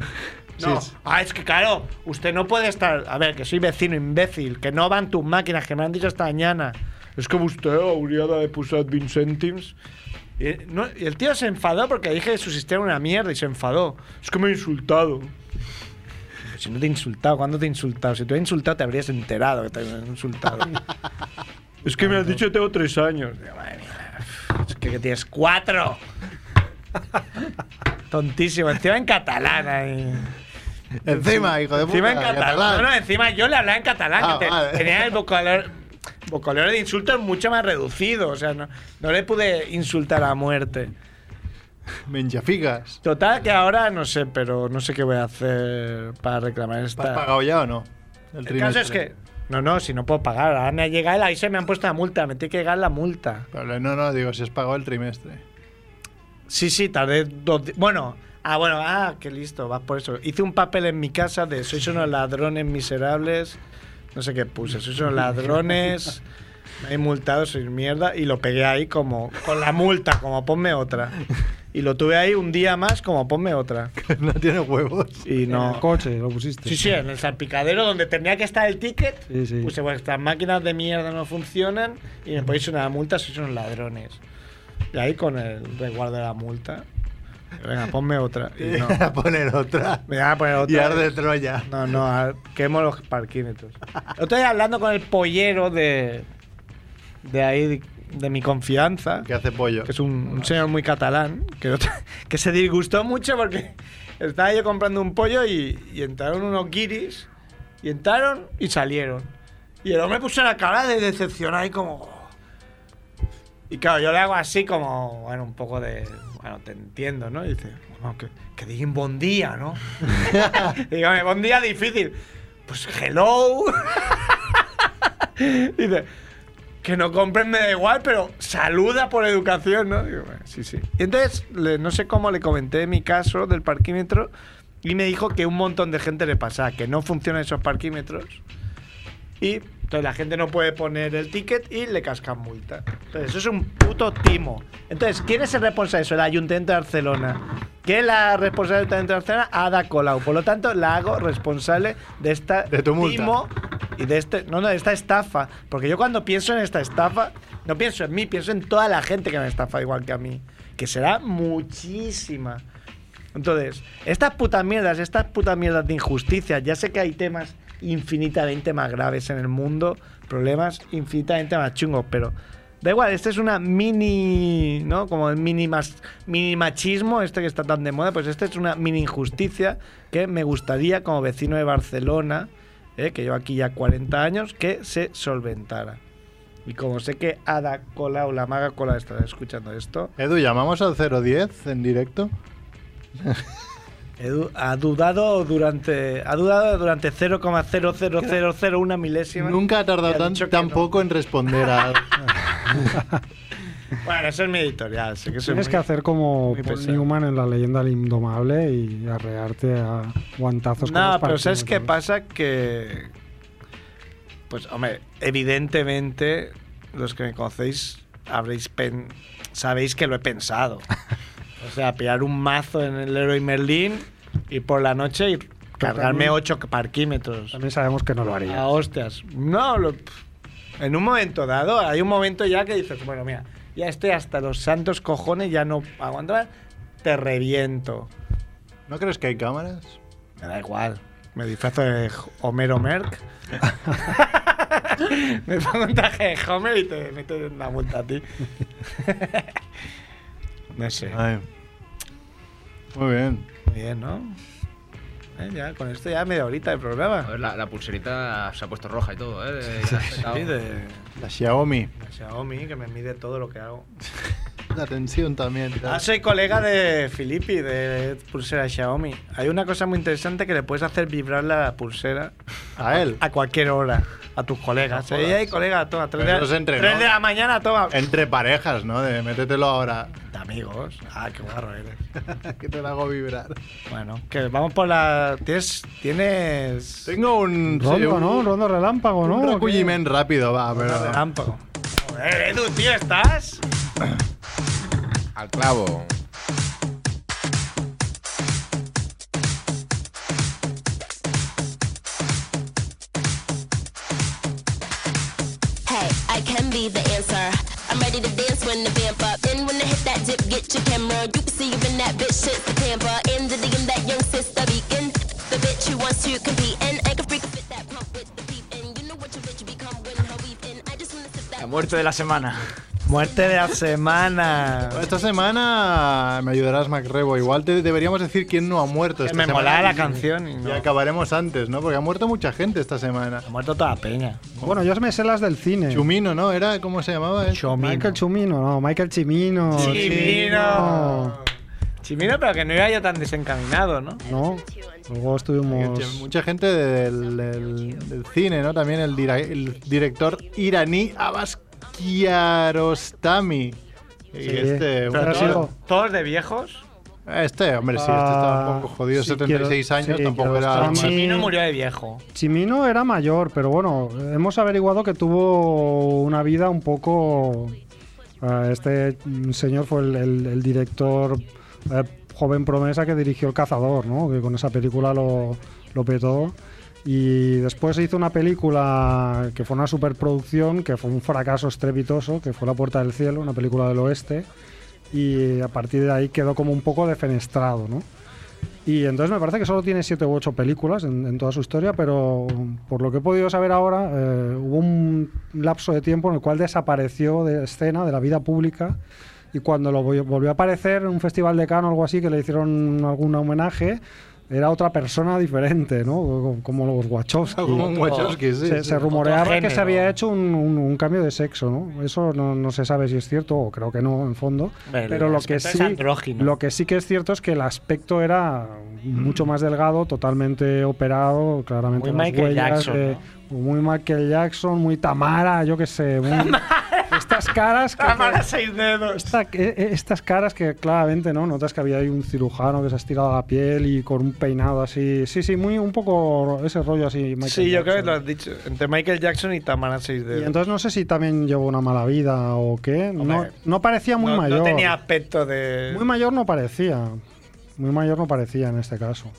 Speaker 3: No,
Speaker 2: Sí, sí.
Speaker 3: ah, es que claro, usted no puede estar. A ver, que soy vecino imbécil, que no van tus máquinas, que me han dicho esta mañana. Es que usted, Auriada, le puso Vincentims. Y, no- y el tío se enfadó porque dije que su sistema era una mierda y se enfadó. Es que me he insultado. Pero Si no te he insultado, ¿cuándo te he insultado? Si te he insultado, te habrías enterado que te habían insultado. es que me has dicho que tengo tres años. Digo, madre mía, Es que, que tienes cuatro. Tontísimo. Encima en catalán. ahí.
Speaker 2: Encima, hijo de puta.
Speaker 3: Encima en
Speaker 2: catalán.
Speaker 3: catalán. No, no, encima yo le hablaba en catalán.
Speaker 2: Ah,
Speaker 3: que te-
Speaker 2: vale.
Speaker 3: Tenía el vocabulario, vocabulario de insultos mucho más reducido. O sea, no, no le pude insultar a muerte.
Speaker 2: Menchaficas.
Speaker 3: Total, que ahora no sé, pero no sé qué voy a hacer para reclamar
Speaker 2: ¿Has
Speaker 3: esta.
Speaker 2: pagado ya o no?
Speaker 3: El caso es que.
Speaker 2: trimestre.
Speaker 3: No, no, si no puedo pagar. Ahora me ha llegado el aviso y me han puesto la multa. Me tiene que llegar la multa.
Speaker 2: Pero no, no, digo, si has pagado el trimestre.
Speaker 3: Sí, sí, tardé dos di- Bueno. Ah, bueno, ah, qué listo, vas por eso. Hice un papel en mi casa de sois unos ladrones miserables. No sé qué puse, sois unos ladrones. Me he multado, sois mierda. Y lo pegué ahí como. Con la multa, como ponme otra. Y lo tuve ahí un día más, como ponme otra.
Speaker 2: no tiene huevos.
Speaker 3: Y
Speaker 1: En
Speaker 2: Eh,
Speaker 3: no.
Speaker 1: el coche lo pusiste.
Speaker 3: Sí, sí, en el salpicadero donde tenía que estar el ticket.
Speaker 1: Sí, sí.
Speaker 3: Puse vuestras máquinas de mierda no funcionan y me ponéis una multa sois unos ladrones. Y ahí con el resguardo de la multa. Venga, ponme otra. Y no.
Speaker 2: A poner otra.
Speaker 3: Me van a poner
Speaker 2: Y
Speaker 3: otra.
Speaker 2: arde Troya.
Speaker 3: No, no, a- quemo los parquímetros. Estoy hablando con el pollero de. de ahí, de, de mi confianza
Speaker 2: Que hace pollo.
Speaker 3: que es un, un señor muy catalán, que, no- que se disgustó mucho porque estaba yo comprando un pollo y, y entraron unos guiris, y entraron y salieron. Y el hombre puso la cara de decepcionado y como... "Oh". Y claro, yo le hago así como, bueno, un poco de... Bueno, te entiendo, ¿no? Y dice, bueno, que, que digan buen día, ¿no? Dígame, buen día difícil. Pues hello. Dice, que no compren me da igual, pero saluda por educación, ¿no? Digo, bueno, sí, sí. Y entonces, le- no sé cómo le comenté mi caso del parquímetro y me dijo que un montón de gente le pasaba, que no funcionan esos parquímetros Y entonces la gente no puede poner el ticket y le cascan multa. Entonces eso es un puto timo. Entonces, ¿quién es el responsable de eso? El Ayuntamiento de Barcelona. Que la responsable del Ayuntamiento de Barcelona, Ada Colau. Por lo tanto, la hago responsable de esta
Speaker 2: De tu multa.
Speaker 3: timo y de este no no de esta estafa porque yo cuando pienso en esta estafa no pienso en mí pienso en toda la gente que me estafa igual que a mí que será muchísima entonces estas putas mierdas estas putas mierdas de injusticias ya sé que hay temas infinitamente más graves en el mundo problemas infinitamente más chungos pero da igual este es una mini no como el mini mas- mini machismo este que está tan de moda pues este es una mini injusticia que me gustaría como vecino de Barcelona eh, que llevo aquí ya 40 años, que se solventara. Y como sé que Ada Colau, la maga Colau, estará escuchando esto,
Speaker 2: Edu, llamamos al 010 en directo.
Speaker 3: Edu ha dudado durante, ha dudado durante 0,00001 milésima.
Speaker 2: Nunca ha
Speaker 3: Y
Speaker 2: tardado
Speaker 3: ha
Speaker 2: tan,
Speaker 3: dicho que
Speaker 2: tan
Speaker 3: no.
Speaker 2: poco en responder a.
Speaker 3: Bueno, eso es mi editorial. Sé que soy
Speaker 1: Tienes
Speaker 3: muy-
Speaker 1: que hacer como
Speaker 3: muy
Speaker 1: Paul
Speaker 3: pesado.
Speaker 1: Newman en la leyenda del indomable y arrearte a guantazos con
Speaker 3: No,
Speaker 1: los
Speaker 3: pero ¿sabes qué
Speaker 1: parchís,
Speaker 3: pasa? Que. Pues, hombre, evidentemente, los que me conocéis habréis pen- sabéis que lo he pensado. O sea, pillar un mazo en el Leroy Merlin y por la noche y cargarme
Speaker 1: también-
Speaker 3: 8 parquímetros.
Speaker 1: También sabemos que no lo haría.
Speaker 3: A hostias. No, lo- en un momento dado, hay un momento ya que dices, bueno, mira, ya estoy hasta los santos cojones, ya no aguanto más, te reviento.
Speaker 2: ¿No crees que hay cámaras?
Speaker 3: Me da igual. Me disfrazo de J- Homero Merck. me pongo un traje de Homer y te meto en la multa a ti. no sé.
Speaker 2: Ay. Muy bien.
Speaker 3: Muy bien, ¿no? Eh, ya, con esto ya media horita de
Speaker 7: A
Speaker 3: programa.
Speaker 7: ver, la, la pulserita se ha puesto roja y todo, ¿eh? Ya ha petado.
Speaker 3: Sí, de
Speaker 2: La Xiaomi.
Speaker 3: la Xiaomi, que me mide todo lo que hago.
Speaker 2: La tensión también.
Speaker 3: Ah, soy colega de Filippi, de pulsera Xiaomi. Hay una cosa muy interesante que le puedes hacer vibrar la pulsera
Speaker 2: A él.
Speaker 3: a cualquier hora, a tus colegas.
Speaker 2: No
Speaker 3: Eh,
Speaker 2: jodas.
Speaker 3: "Ey, colega, toma, tres
Speaker 2: Pero
Speaker 3: de,
Speaker 2: eso se entrenó. Eh.
Speaker 3: tres de la mañana, toma.
Speaker 2: Entre parejas, ¿no? De métetelo ahora.
Speaker 3: De amigos. Ah, qué guarro eres.
Speaker 2: que te la hago vibrar.
Speaker 3: Bueno, que vamos por la. Tienes. Tienes.
Speaker 2: Tengo un. sí,
Speaker 1: Rondo,
Speaker 2: un-
Speaker 1: ¿no? Rondo relámpago,
Speaker 2: Un
Speaker 1: ¿no? ¿O qué?
Speaker 2: reculliment rápido, va,
Speaker 3: Una de
Speaker 2: pero.
Speaker 3: lámpago. Joder, Edu, tío, ¿estás?
Speaker 5: Al clavo.
Speaker 8: Hey, I can be the answer. I'm ready to dance when the vamp up. Then when I hit that dip, get your camera. You can see you in that bitch shit the pamper. In the DM, that young sister beacon. The bitch who wants to compete and I can freak a fit that pump with the peep. And you know what your bitch become when her weave in. I just wanna sip
Speaker 4: La
Speaker 8: that.
Speaker 4: muerte de la semana.
Speaker 3: Muerte de la semana.
Speaker 2: Esta semana me ayudarás, Macrebo. Igual te deberíamos decir quién no ha muerto.
Speaker 3: Que
Speaker 2: Esta
Speaker 3: me
Speaker 2: semana.
Speaker 3: molaba la canción y
Speaker 2: Y
Speaker 3: no. Ha
Speaker 2: acabaremos antes, ¿no? Porque ha muerto mucha gente esta semana.
Speaker 3: muerto toda la peña.
Speaker 1: Bueno, yo me sé las del cine.
Speaker 2: Chumino, ¿no? Era, ¿cómo se llamaba? eh?
Speaker 3: Chomino.
Speaker 1: Michael Chumino, no, Michael Chimino.
Speaker 3: Chimino. Chimino, pero que no iba yo tan desencaminado, ¿no?
Speaker 1: No, luego estuvimos.
Speaker 2: Mucha gente del, del- del cine, ¿no? También el, dira- el director iraní Abbas Kiarostami. Y
Speaker 1: Sí,
Speaker 2: este,
Speaker 1: pero
Speaker 2: un-
Speaker 1: sí,
Speaker 2: todo-
Speaker 1: hijo.
Speaker 3: Todos de viejos.
Speaker 2: este, hombre, sí, este estaba un poco jodido,
Speaker 1: Ah, sí,
Speaker 2: 76
Speaker 1: quiero-
Speaker 2: años,
Speaker 1: sí,
Speaker 2: tampoco
Speaker 1: quiero
Speaker 2: era...
Speaker 1: estar-
Speaker 2: Sí,
Speaker 3: Chimino murió de viejo.
Speaker 1: Chimino era mayor, pero bueno, hemos averiguado que tuvo una vida un poco. Ah, este mm, señor fue el, el- el director eh, joven promesa que dirigió El Cazador, ¿no? Que con esa película lo, lo petó. Y después hizo una película que fue una superproducción, que fue un fracaso estrepitoso, que fue La Puerta del Cielo, una película del oeste. Y a partir de ahí quedó como un poco defenestrado, ¿no? Y entonces me parece que solo tiene siete u ocho películas en, en toda su historia, pero por lo que he podido saber ahora, eh, hubo un lapso de tiempo en el cual desapareció de escena, de la vida pública, y cuando lo vol- volvió a aparecer en un festival de Cannes o algo así, que le hicieron algún homenaje, era otra persona diferente, ¿no? Como los Wachowski.
Speaker 2: Como un Wachowski, sí,
Speaker 1: se,
Speaker 2: sí.
Speaker 1: se rumoreaba que
Speaker 3: género.
Speaker 1: se había hecho un, un- un cambio de sexo, ¿no? Eso no, no se sabe si es cierto, o creo que no, en fondo.
Speaker 3: Hombre, el
Speaker 1: Pero lo que
Speaker 3: aspecto es
Speaker 1: sí,
Speaker 3: andrógino.
Speaker 1: lo que sí que es cierto es que el aspecto era mucho más delgado, totalmente operado, claramente
Speaker 3: Muy
Speaker 1: las
Speaker 3: Michael
Speaker 1: huellas eh,
Speaker 3: Jackson,
Speaker 1: de- muy Michael Jackson, muy Tamara, yo qué sé, muy- estas caras. que-
Speaker 3: para seis dedos.
Speaker 1: esta- eh, eh, estas caras que claramente, ¿no? Notas que había ahí un cirujano que se ha estirado la piel y con un peinado así. Sí, sí, muy un poco ese rollo así. Michael
Speaker 3: Sí, yo creo que
Speaker 1: Jackson.
Speaker 3: lo has dicho. Entre Michael Jackson y Tamara seis
Speaker 1: Y
Speaker 3: dedos.
Speaker 1: entonces no sé si también llevó una mala vida o qué. No,
Speaker 3: Hombre,
Speaker 1: no parecía muy
Speaker 3: no,
Speaker 1: mayor.
Speaker 3: no tenía aspecto de.
Speaker 1: Muy mayor no parecía. Muy mayor no parecía en este caso.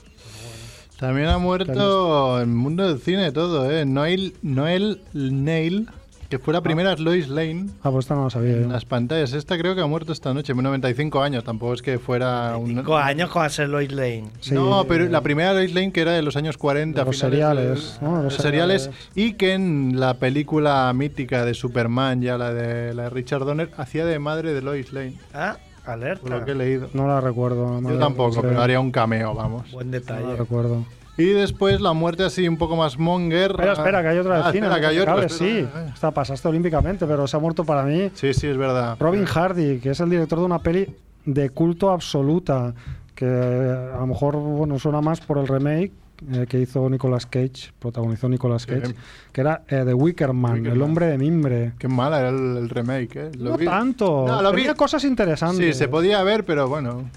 Speaker 2: También ha muerto el mundo del cine todo, ¿eh? Noel, Noel Neil, que fue la primera Lois Lane
Speaker 1: Ah, pues esta no lo sabía yo.
Speaker 2: en las pantallas. Esta creo que ha muerto esta noche, 95 años, tampoco es que fuera un...
Speaker 3: Cinco años con hacer Lois Lane.
Speaker 1: Sí,
Speaker 2: no, pero
Speaker 1: eh,
Speaker 2: la primera Lois Lane que era de los años 40.
Speaker 1: De los
Speaker 2: finales
Speaker 1: seriales,
Speaker 2: de-
Speaker 1: ¿no? De
Speaker 2: de
Speaker 1: los
Speaker 2: los seriales,
Speaker 1: seriales.
Speaker 2: Y que en la película mítica de Superman, ya la de, la de Richard Donner, hacía de madre de Lois Lane,
Speaker 3: Ah,
Speaker 2: por
Speaker 3: alerta.
Speaker 2: lo que he leído.
Speaker 1: No la recuerdo. la
Speaker 2: Yo
Speaker 1: madre,
Speaker 2: tampoco,
Speaker 1: no sé.
Speaker 2: pero haría Ah, un cameo, vamos.
Speaker 3: Buen
Speaker 1: No la
Speaker 3: detalle.
Speaker 1: recuerdo.
Speaker 2: Y después la muerte así un poco más monger.
Speaker 1: Espera, espera, que hay otra
Speaker 2: Ah,
Speaker 1: vecina.
Speaker 2: espera,
Speaker 1: no
Speaker 2: que
Speaker 1: te
Speaker 2: hay otra, eh.
Speaker 1: acabes, sí,
Speaker 2: espera.
Speaker 1: esta pasaste olímpicamente, pero se ha muerto para mí
Speaker 2: Sí, sí, es verdad.
Speaker 1: Robin Hardy, que es el director de una peli de culto absoluta, que eh, a lo mejor bueno, suena más por el remake eh, que hizo Nicolas Cage, protagonizó Nicolas
Speaker 2: Bien.
Speaker 1: Cage, que era eh, The Wicker Man,
Speaker 2: Wicker
Speaker 1: el
Speaker 2: Man.
Speaker 1: hombre de mimbre.
Speaker 2: Qué mala era el, el remake, ¿eh? Lo
Speaker 1: no
Speaker 2: vi-
Speaker 1: tanto,
Speaker 2: No, lo vi.
Speaker 1: tenía cosas interesantes.
Speaker 2: Sí, se podía ver, pero bueno.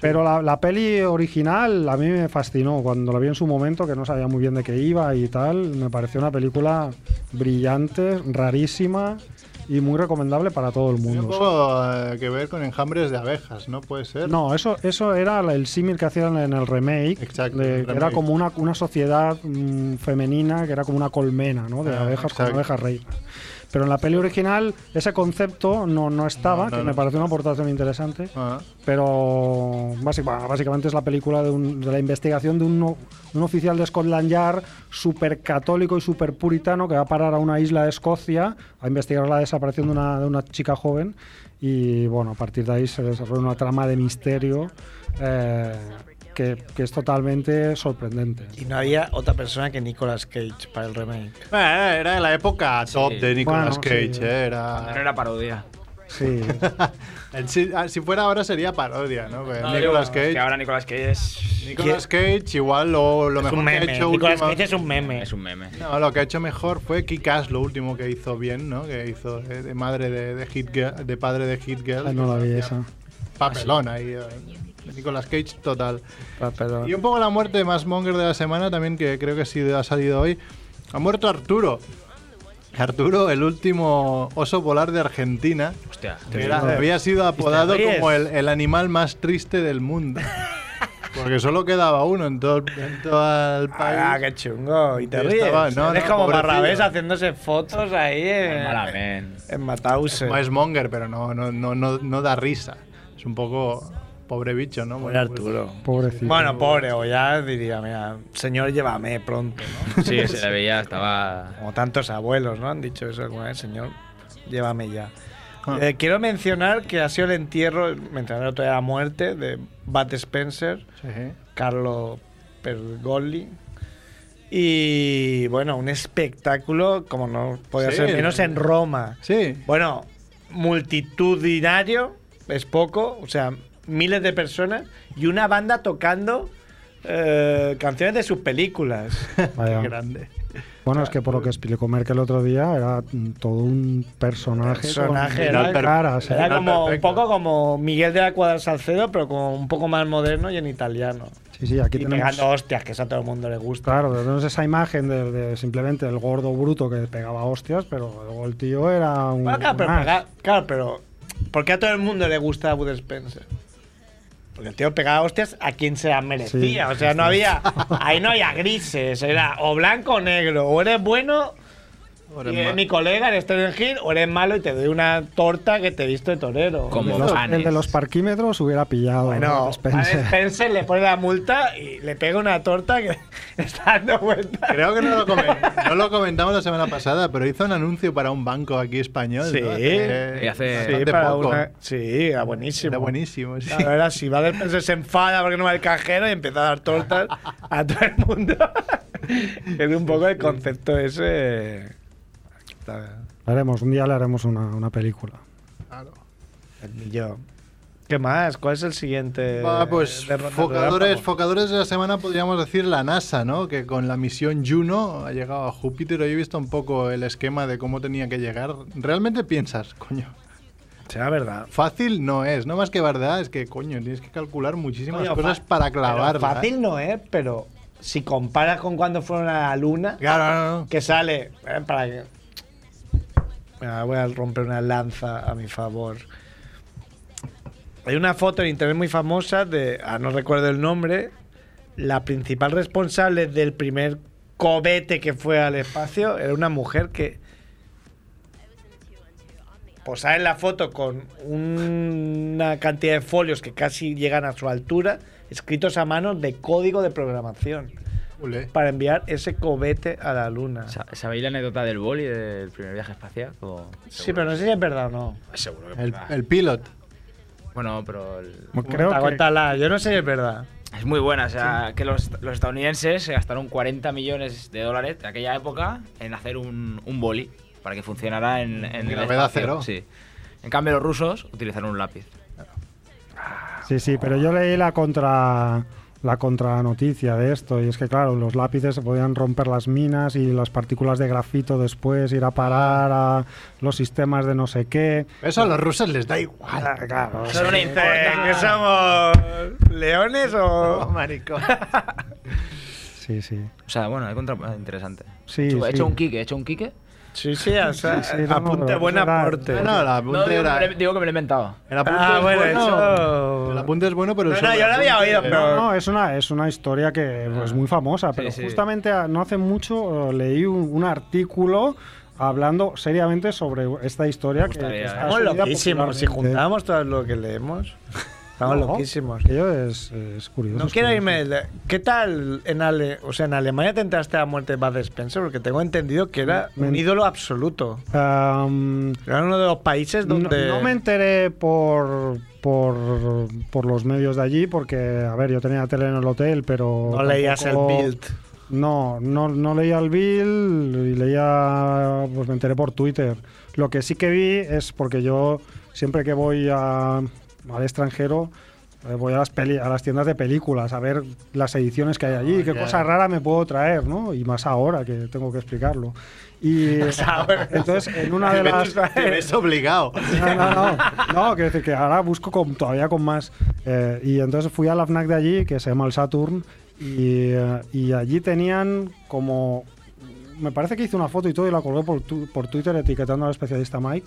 Speaker 1: Pero la, la peli original a mí me fascinó cuando la vi en su momento, que no sabía muy bien de qué iba y tal. Me pareció una película brillante, rarísima y muy recomendable para todo el
Speaker 2: Tiene un
Speaker 1: mundo.
Speaker 2: poco eh, que ver con enjambres de abejas, ¿no? Puede ser.
Speaker 1: No, eso, eso era la- el símil que hacían en el remake.
Speaker 2: Exacto,
Speaker 1: de-
Speaker 2: el
Speaker 1: que
Speaker 2: remake.
Speaker 1: era como una, una sociedad mm, femenina, que era como una colmena, ¿no? De
Speaker 2: Ah,
Speaker 1: abejas con
Speaker 2: exacto.
Speaker 1: abejas rey. Pero en la peli original ese concepto no, no estaba,
Speaker 2: No, no,
Speaker 1: que me
Speaker 2: no.
Speaker 1: pareció una aportación interesante.
Speaker 2: Ah,
Speaker 1: pero básic- bueno, básicamente es la película de, un- de la investigación de un, no- un oficial de Scotland Yard súper católico y súper puritano que va a parar a una isla de Escocia a investigar la desaparición de una, de una chica joven y bueno, a partir de ahí se desarrolla una trama de misterio eh, que, que es totalmente sorprendente.
Speaker 3: Y no había otra persona que Nicolas Cage para el remake.
Speaker 2: Eh, era la época top de Nicolas
Speaker 1: Bueno,
Speaker 2: Cage,
Speaker 1: sí.
Speaker 2: eh,
Speaker 4: No
Speaker 2: era...
Speaker 4: era parodia.
Speaker 1: Sí,
Speaker 2: El si, ah, si fuera ahora sería parodia, ¿no? Pues
Speaker 4: No,
Speaker 2: Nicolas
Speaker 4: digo,
Speaker 2: Cage.
Speaker 4: es que ahora Nicolas Cage es.
Speaker 2: Nicolas Cage igual lo, lo
Speaker 3: Es
Speaker 2: mejor
Speaker 3: un
Speaker 2: que ha
Speaker 3: meme.
Speaker 2: hecho
Speaker 3: Nicolas
Speaker 2: última-
Speaker 3: Cage es un meme.
Speaker 7: Es un meme.
Speaker 2: No, lo que ha hecho mejor fue Kikas, lo último que hizo bien, ¿no? Que hizo eh, de madre de, de Hit Girl- de padre de Hit Girl.
Speaker 1: Ah, no la vi esa.
Speaker 2: Papelón ahí. eh, Nicolas Cage total.
Speaker 3: Ah,
Speaker 1: Papelón.
Speaker 2: Y un poco la muerte más monger de la semana también, que creo que sí ha salido hoy. Ha muerto Arturo. Arturo, el último oso polar de Argentina,
Speaker 7: Hostia.
Speaker 2: que era- había sido apodado como el, el animal más triste del mundo. Porque solo quedaba uno en todo, en todo el país.
Speaker 3: Ah, qué chungo. Y te
Speaker 2: Y
Speaker 3: ríes.
Speaker 2: estaba- no,
Speaker 3: Eres
Speaker 2: no,
Speaker 3: como
Speaker 2: pobrecillo.
Speaker 3: Barrabés haciéndose fotos ahí en,
Speaker 7: Malamente.
Speaker 3: en Matause.
Speaker 2: No es monger, pero no, no, no, no, no da risa. Es un poco pobre bicho, ¿no? pues,
Speaker 3: Pobre Arturo.
Speaker 1: Pobrecito.
Speaker 3: Bueno, pobre, o ya diría, mira, señor, llévame pronto, ¿no?
Speaker 7: Sí, se le veía, estaba.
Speaker 3: Como tantos abuelos, ¿no? Han dicho eso alguna vez, señor, llévame ya.
Speaker 2: Ah.
Speaker 3: Eh, quiero mencionar que ha sido el entierro, mencionar otra vez la muerte de Bat Spencer,
Speaker 2: Sí.
Speaker 3: Carlo Pergolli. Y bueno, un espectáculo, como no podía
Speaker 2: Sí.
Speaker 3: ser menos, en Roma.
Speaker 2: Sí.
Speaker 3: Bueno, multitudinario es poco, o sea, miles de personas y una banda tocando eh, canciones de sus películas.
Speaker 1: Vaya.
Speaker 2: Grande.
Speaker 1: Bueno, es que por lo que explicó Merkel el otro día, era mm, todo un personaje.
Speaker 3: Personaje,
Speaker 1: con
Speaker 3: era-
Speaker 1: mil caras.
Speaker 3: Era
Speaker 1: ¿eh?
Speaker 3: como un
Speaker 2: perfecto.
Speaker 3: poco como Miguel de la Cuadra Salcedo, pero como un poco más moderno y en italiano.
Speaker 1: Sí, sí, aquí
Speaker 3: y
Speaker 1: tenemos.
Speaker 3: pegando hostias, que eso a todo el mundo le gusta.
Speaker 1: Claro, tenemos esa imagen de, de simplemente el gordo bruto que pegaba hostias, pero luego el tío era un.
Speaker 3: Bueno, claro, pero,
Speaker 1: un as.
Speaker 3: pega- claro, pero ¿por qué a todo el mundo le gusta Bud Spencer? Porque el tío pegaba hostias a quien se las merecía.
Speaker 1: Sí.
Speaker 3: o sea, no había. Ahí no había grises. Era o blanco o negro. O eres bueno
Speaker 2: Ahora
Speaker 3: y
Speaker 2: es
Speaker 3: eres
Speaker 2: ma-
Speaker 3: mi colega en Stephen Hill, o eres malo y te doy una torta que te viste torero.
Speaker 1: El
Speaker 7: Como
Speaker 1: de los-
Speaker 7: panes.
Speaker 1: el de los parquímetros hubiera pillado. ¿no?
Speaker 3: Bueno, a
Speaker 1: Spencer.
Speaker 3: Spencer le pone la multa y le pega una torta que está dando vueltas.
Speaker 2: Creo que no lo, comen- no lo comentamos la semana pasada, pero hizo un anuncio para un banco aquí español.
Speaker 3: Sí.
Speaker 2: ¿no? Eh, Hace-
Speaker 7: Y hace-
Speaker 3: Sí,
Speaker 2: bastante
Speaker 3: para
Speaker 2: poco.
Speaker 3: una- sí, era buenísimo.
Speaker 2: Era buenísimo. sí.
Speaker 3: Claro, era si va del Spencer se enfada porque no va el cajero y empieza a dar tortas a todo el mundo. es un poco el concepto ese. Está-
Speaker 1: Haremos, un día le haremos una, una película.
Speaker 3: El millón. ¿Qué más? ¿Cuál es el siguiente?
Speaker 2: Va, pues
Speaker 3: eh, de ronda de
Speaker 2: focadores,
Speaker 3: relámpago?
Speaker 2: focadores de la semana podríamos decir la NASA, ¿no? Que con la misión Juno ha llegado a Júpiter. Hoy he visto un poco el esquema de cómo tenía que llegar. Realmente piensas, coño,
Speaker 3: Será verdad.
Speaker 2: fácil no es. No más que verdad, es que, coño, tienes que calcular muchísimas
Speaker 3: Coño,
Speaker 2: cosas
Speaker 3: fa-
Speaker 2: para ¿eh?
Speaker 3: pero
Speaker 2: clavar.
Speaker 3: Fácil no es, pero si comparas con cuando fueron a la luna,
Speaker 2: Claro, no, no.
Speaker 3: que sale. eh, para que. Mira, voy a romper una lanza a mi favor. Hay una foto en internet muy famosa de. Ah, no recuerdo el nombre. La principal responsable del primer cobete que fue al espacio era una mujer que. Posaba en la foto con una cantidad de folios que casi llegan a su altura, escritos a mano de código de programación
Speaker 2: Ule.
Speaker 3: para enviar ese cobete a la luna.
Speaker 7: Sa- ¿Sabéis la anécdota del boli del primer viaje espacial? O-
Speaker 3: sí, pero no sé si es verdad o no.
Speaker 7: Seguro que.
Speaker 2: El, el pilot.
Speaker 7: Bueno, pero. el-
Speaker 1: Creo
Speaker 3: Aguanta,
Speaker 1: que-
Speaker 3: aguántala, yo no sé si es verdad.
Speaker 4: Es muy buena, o sea, que los, los estadounidenses se gastaron 40 millones de dólares de aquella época en hacer un, un boli para que funcionara en, en el
Speaker 2: Gravedad
Speaker 4: espacio,
Speaker 2: cero.
Speaker 4: Sí. En cambio, los rusos utilizaron un lápiz.
Speaker 1: Sí, sí, pero yo leí la contra la contranoticia de esto y es que claro, los lápices se podían romper las minas y las partículas de grafito después ir a parar a los sistemas de no sé qué.
Speaker 2: Eso a los rusos les da igual.
Speaker 1: Claro,
Speaker 4: Eso no le
Speaker 3: Eh,
Speaker 4: importa.
Speaker 3: ¿Qué somos? ¿Leones o.?
Speaker 2: maricón.
Speaker 1: sí, sí.
Speaker 4: O sea, bueno, es contra- ah, interesante.
Speaker 1: Sí,
Speaker 4: Chupa, He
Speaker 1: sí.
Speaker 4: hecho un kick, he hecho un kick.
Speaker 3: Sí, sí, o sea,
Speaker 1: Sí, sí, no,
Speaker 3: apunte,
Speaker 1: pero
Speaker 3: buen
Speaker 1: eso era-
Speaker 3: aporte.
Speaker 2: No, no, el
Speaker 4: No,
Speaker 2: apunte
Speaker 4: digo,
Speaker 2: era-
Speaker 4: que me lo he- digo que me lo he inventado.
Speaker 2: El apunte
Speaker 3: Ah,
Speaker 2: es
Speaker 3: bueno, eso-
Speaker 2: El apunte es bueno, pero...
Speaker 3: No,
Speaker 2: eso
Speaker 3: no,
Speaker 2: el
Speaker 3: yo lo había
Speaker 2: apunte-
Speaker 3: oído, pero-
Speaker 1: No, no, es una, es una historia que es muy famosa, pero
Speaker 7: Ah. sí.
Speaker 1: justamente a- no hace mucho eh, leí un, un artículo hablando seriamente sobre esta historia que,
Speaker 7: gustaría,
Speaker 1: que está
Speaker 7: ¿eh?
Speaker 3: Estamos
Speaker 1: asumida
Speaker 3: loquísimos. Si
Speaker 1: popularmente.
Speaker 3: juntamos todo lo que leemos, estamos
Speaker 1: No.
Speaker 3: loquísimos.
Speaker 1: Ello es, es curioso.
Speaker 3: No
Speaker 1: es
Speaker 3: quiero
Speaker 1: curioso.
Speaker 3: irme. de- ¿Qué tal en, Ale- o sea, en Alemania te enteraste de la muerte de Bud Spencer? Porque tengo entendido que era
Speaker 1: Me-
Speaker 3: un ídolo absoluto.
Speaker 1: Am,
Speaker 3: Era uno de los países donde.
Speaker 1: No, no me enteré por, por, por los medios de allí, porque, a ver, yo tenía tele en el hotel, pero.
Speaker 3: No leías el
Speaker 1: tampoco-
Speaker 3: Bild.
Speaker 1: No, no, no leía el Bill y leía. Pues me enteré por Twitter. Lo que sí que vi es porque yo siempre que voy a- al extranjero. eh, Voy a las, peli- a las tiendas de películas a ver las ediciones que hay allí, qué cosa rara me puedo traer, ¿no? Y más ahora que tengo que explicarlo. Y entonces, en una de
Speaker 2: Te
Speaker 1: las.
Speaker 2: ves- te ves obligado.
Speaker 1: No, no, no. No, quiero decir que ahora busco con- todavía con más. Eh, y entonces fui a la FNAC de allí, que se llama el Saturn, y, eh, y allí tenían como... Me parece que hice una foto y todo y la colgué por, tu- por Twitter etiquetando al especialista Mike.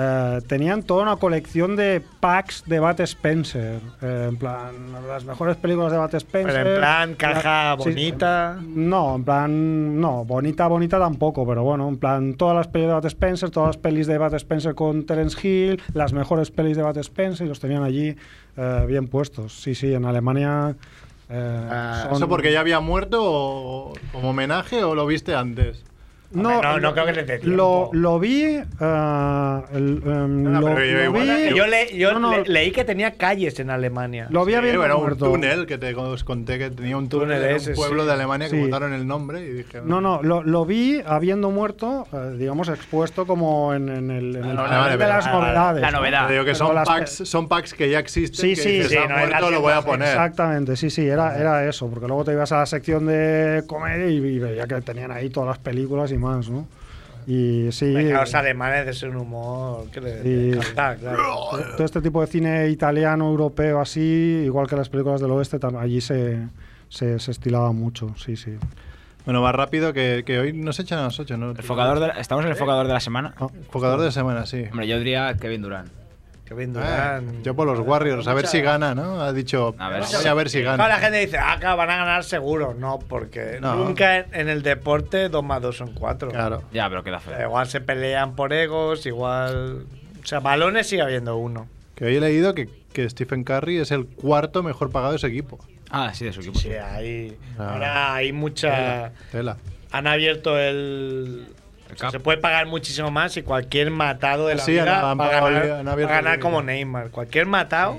Speaker 1: Eh, tenían toda una colección de packs de Bat Spencer. Eh, en plan, las mejores películas de Bat Spencer.
Speaker 3: Pero en plan, caja
Speaker 1: La- sí,
Speaker 3: bonita.
Speaker 1: no, en plan, no, bonita, bonita tampoco, pero bueno, en plan, todas las pelis de Bat Spencer, todas las pelis de Bat Spencer con Terence Hill, las mejores pelis de Bat Spencer, y los tenían allí eh, bien puestos. Sí, sí, en Alemania. eh, son-
Speaker 2: Ah, ¿Eso porque ya había muerto o como homenaje o lo viste antes?
Speaker 1: No,
Speaker 3: no, no creo que les dé
Speaker 1: Lo,
Speaker 3: tiempo.
Speaker 1: lo vi. eh, el, em,
Speaker 2: No, no,
Speaker 1: lo,
Speaker 2: pero yo
Speaker 1: lo
Speaker 2: igual
Speaker 1: vi,
Speaker 2: era-
Speaker 3: Yo, le- yo
Speaker 1: No, no.
Speaker 3: le- leí que tenía calles en Alemania.
Speaker 1: lo vi
Speaker 2: Sí,
Speaker 1: habiendo
Speaker 2: Eh, era un
Speaker 1: muerto.
Speaker 2: túnel que te os conté que tenía un túnel,
Speaker 3: Túnel
Speaker 2: en
Speaker 3: ese,
Speaker 2: un pueblo
Speaker 3: sí.
Speaker 2: de Alemania
Speaker 1: Sí.
Speaker 2: que botaron el nombre y dije.
Speaker 1: No, no, lo, lo vi habiendo muerto, eh, digamos, expuesto como en, en el, en el
Speaker 2: Ah, no,
Speaker 1: panel
Speaker 2: vale,
Speaker 1: de
Speaker 2: vale,
Speaker 1: las
Speaker 2: vale,
Speaker 3: Ah, vale.
Speaker 1: novedades.
Speaker 4: La
Speaker 1: ¿no?
Speaker 4: novedad.
Speaker 2: Te digo que
Speaker 1: Pero
Speaker 2: son
Speaker 1: las-
Speaker 2: packs, son packs que ya existen.
Speaker 1: Sí,
Speaker 2: que
Speaker 1: sí,
Speaker 2: dices,
Speaker 1: sí,
Speaker 2: "Ah,
Speaker 3: no, en
Speaker 2: muerto,
Speaker 3: las
Speaker 2: lo voy a
Speaker 3: tiendas,
Speaker 2: poner.
Speaker 1: Exactamente, sí, sí, era, era eso, porque luego te ibas a la sección de comedia y, y veía que tenían ahí todas las películas y más, ¿no? Y sí,
Speaker 3: Venga, los alemanes de ser un humor que les
Speaker 1: Sí.
Speaker 3: encanta, claro.
Speaker 1: todo este tipo de cine italiano, europeo, así, igual que las películas del oeste, tam- allí se, se, se estilaba mucho, sí, sí.
Speaker 2: Bueno, más rápido que, que hoy nos echan a las 8, ¿no?
Speaker 4: El focador de la- ¿Estamos en el focador de la semana?
Speaker 1: Ah,
Speaker 2: Focador de semana, sí.
Speaker 7: Hombre, yo diría Kevin Durant.
Speaker 3: Kevin
Speaker 2: Ah,
Speaker 3: Durant.
Speaker 2: yo por los Warriors, a ver si gana, ¿no? Ha dicho,
Speaker 7: A ver
Speaker 2: voy
Speaker 7: si-
Speaker 2: a ver si
Speaker 3: Claro, la
Speaker 2: gana.
Speaker 3: gente dice, ah, claro, van a ganar seguro. No, porque
Speaker 2: No.
Speaker 3: nunca en, en el deporte 2 más 2 son 4.
Speaker 2: Claro.
Speaker 7: Ya, pero queda feo.
Speaker 3: Igual se pelean por egos, igual. O sea, balones sigue habiendo uno.
Speaker 2: Que hoy he leído que, que Stephen Curry es el cuarto mejor pagado de su equipo.
Speaker 7: Ah, sí, de su equipo.
Speaker 3: Sí, eh, ahí.
Speaker 2: Ah.
Speaker 3: Ahora hay mucha.
Speaker 2: Tela.
Speaker 3: Han abierto el.
Speaker 7: El cap.
Speaker 3: Se puede pagar muchísimo más y cualquier matado de la
Speaker 2: Sí,
Speaker 3: liga
Speaker 2: han- han
Speaker 3: va a
Speaker 2: pagado-
Speaker 3: ganar,
Speaker 2: han abierto
Speaker 3: va a ganar
Speaker 2: el-
Speaker 3: como Neymar. Cualquier matado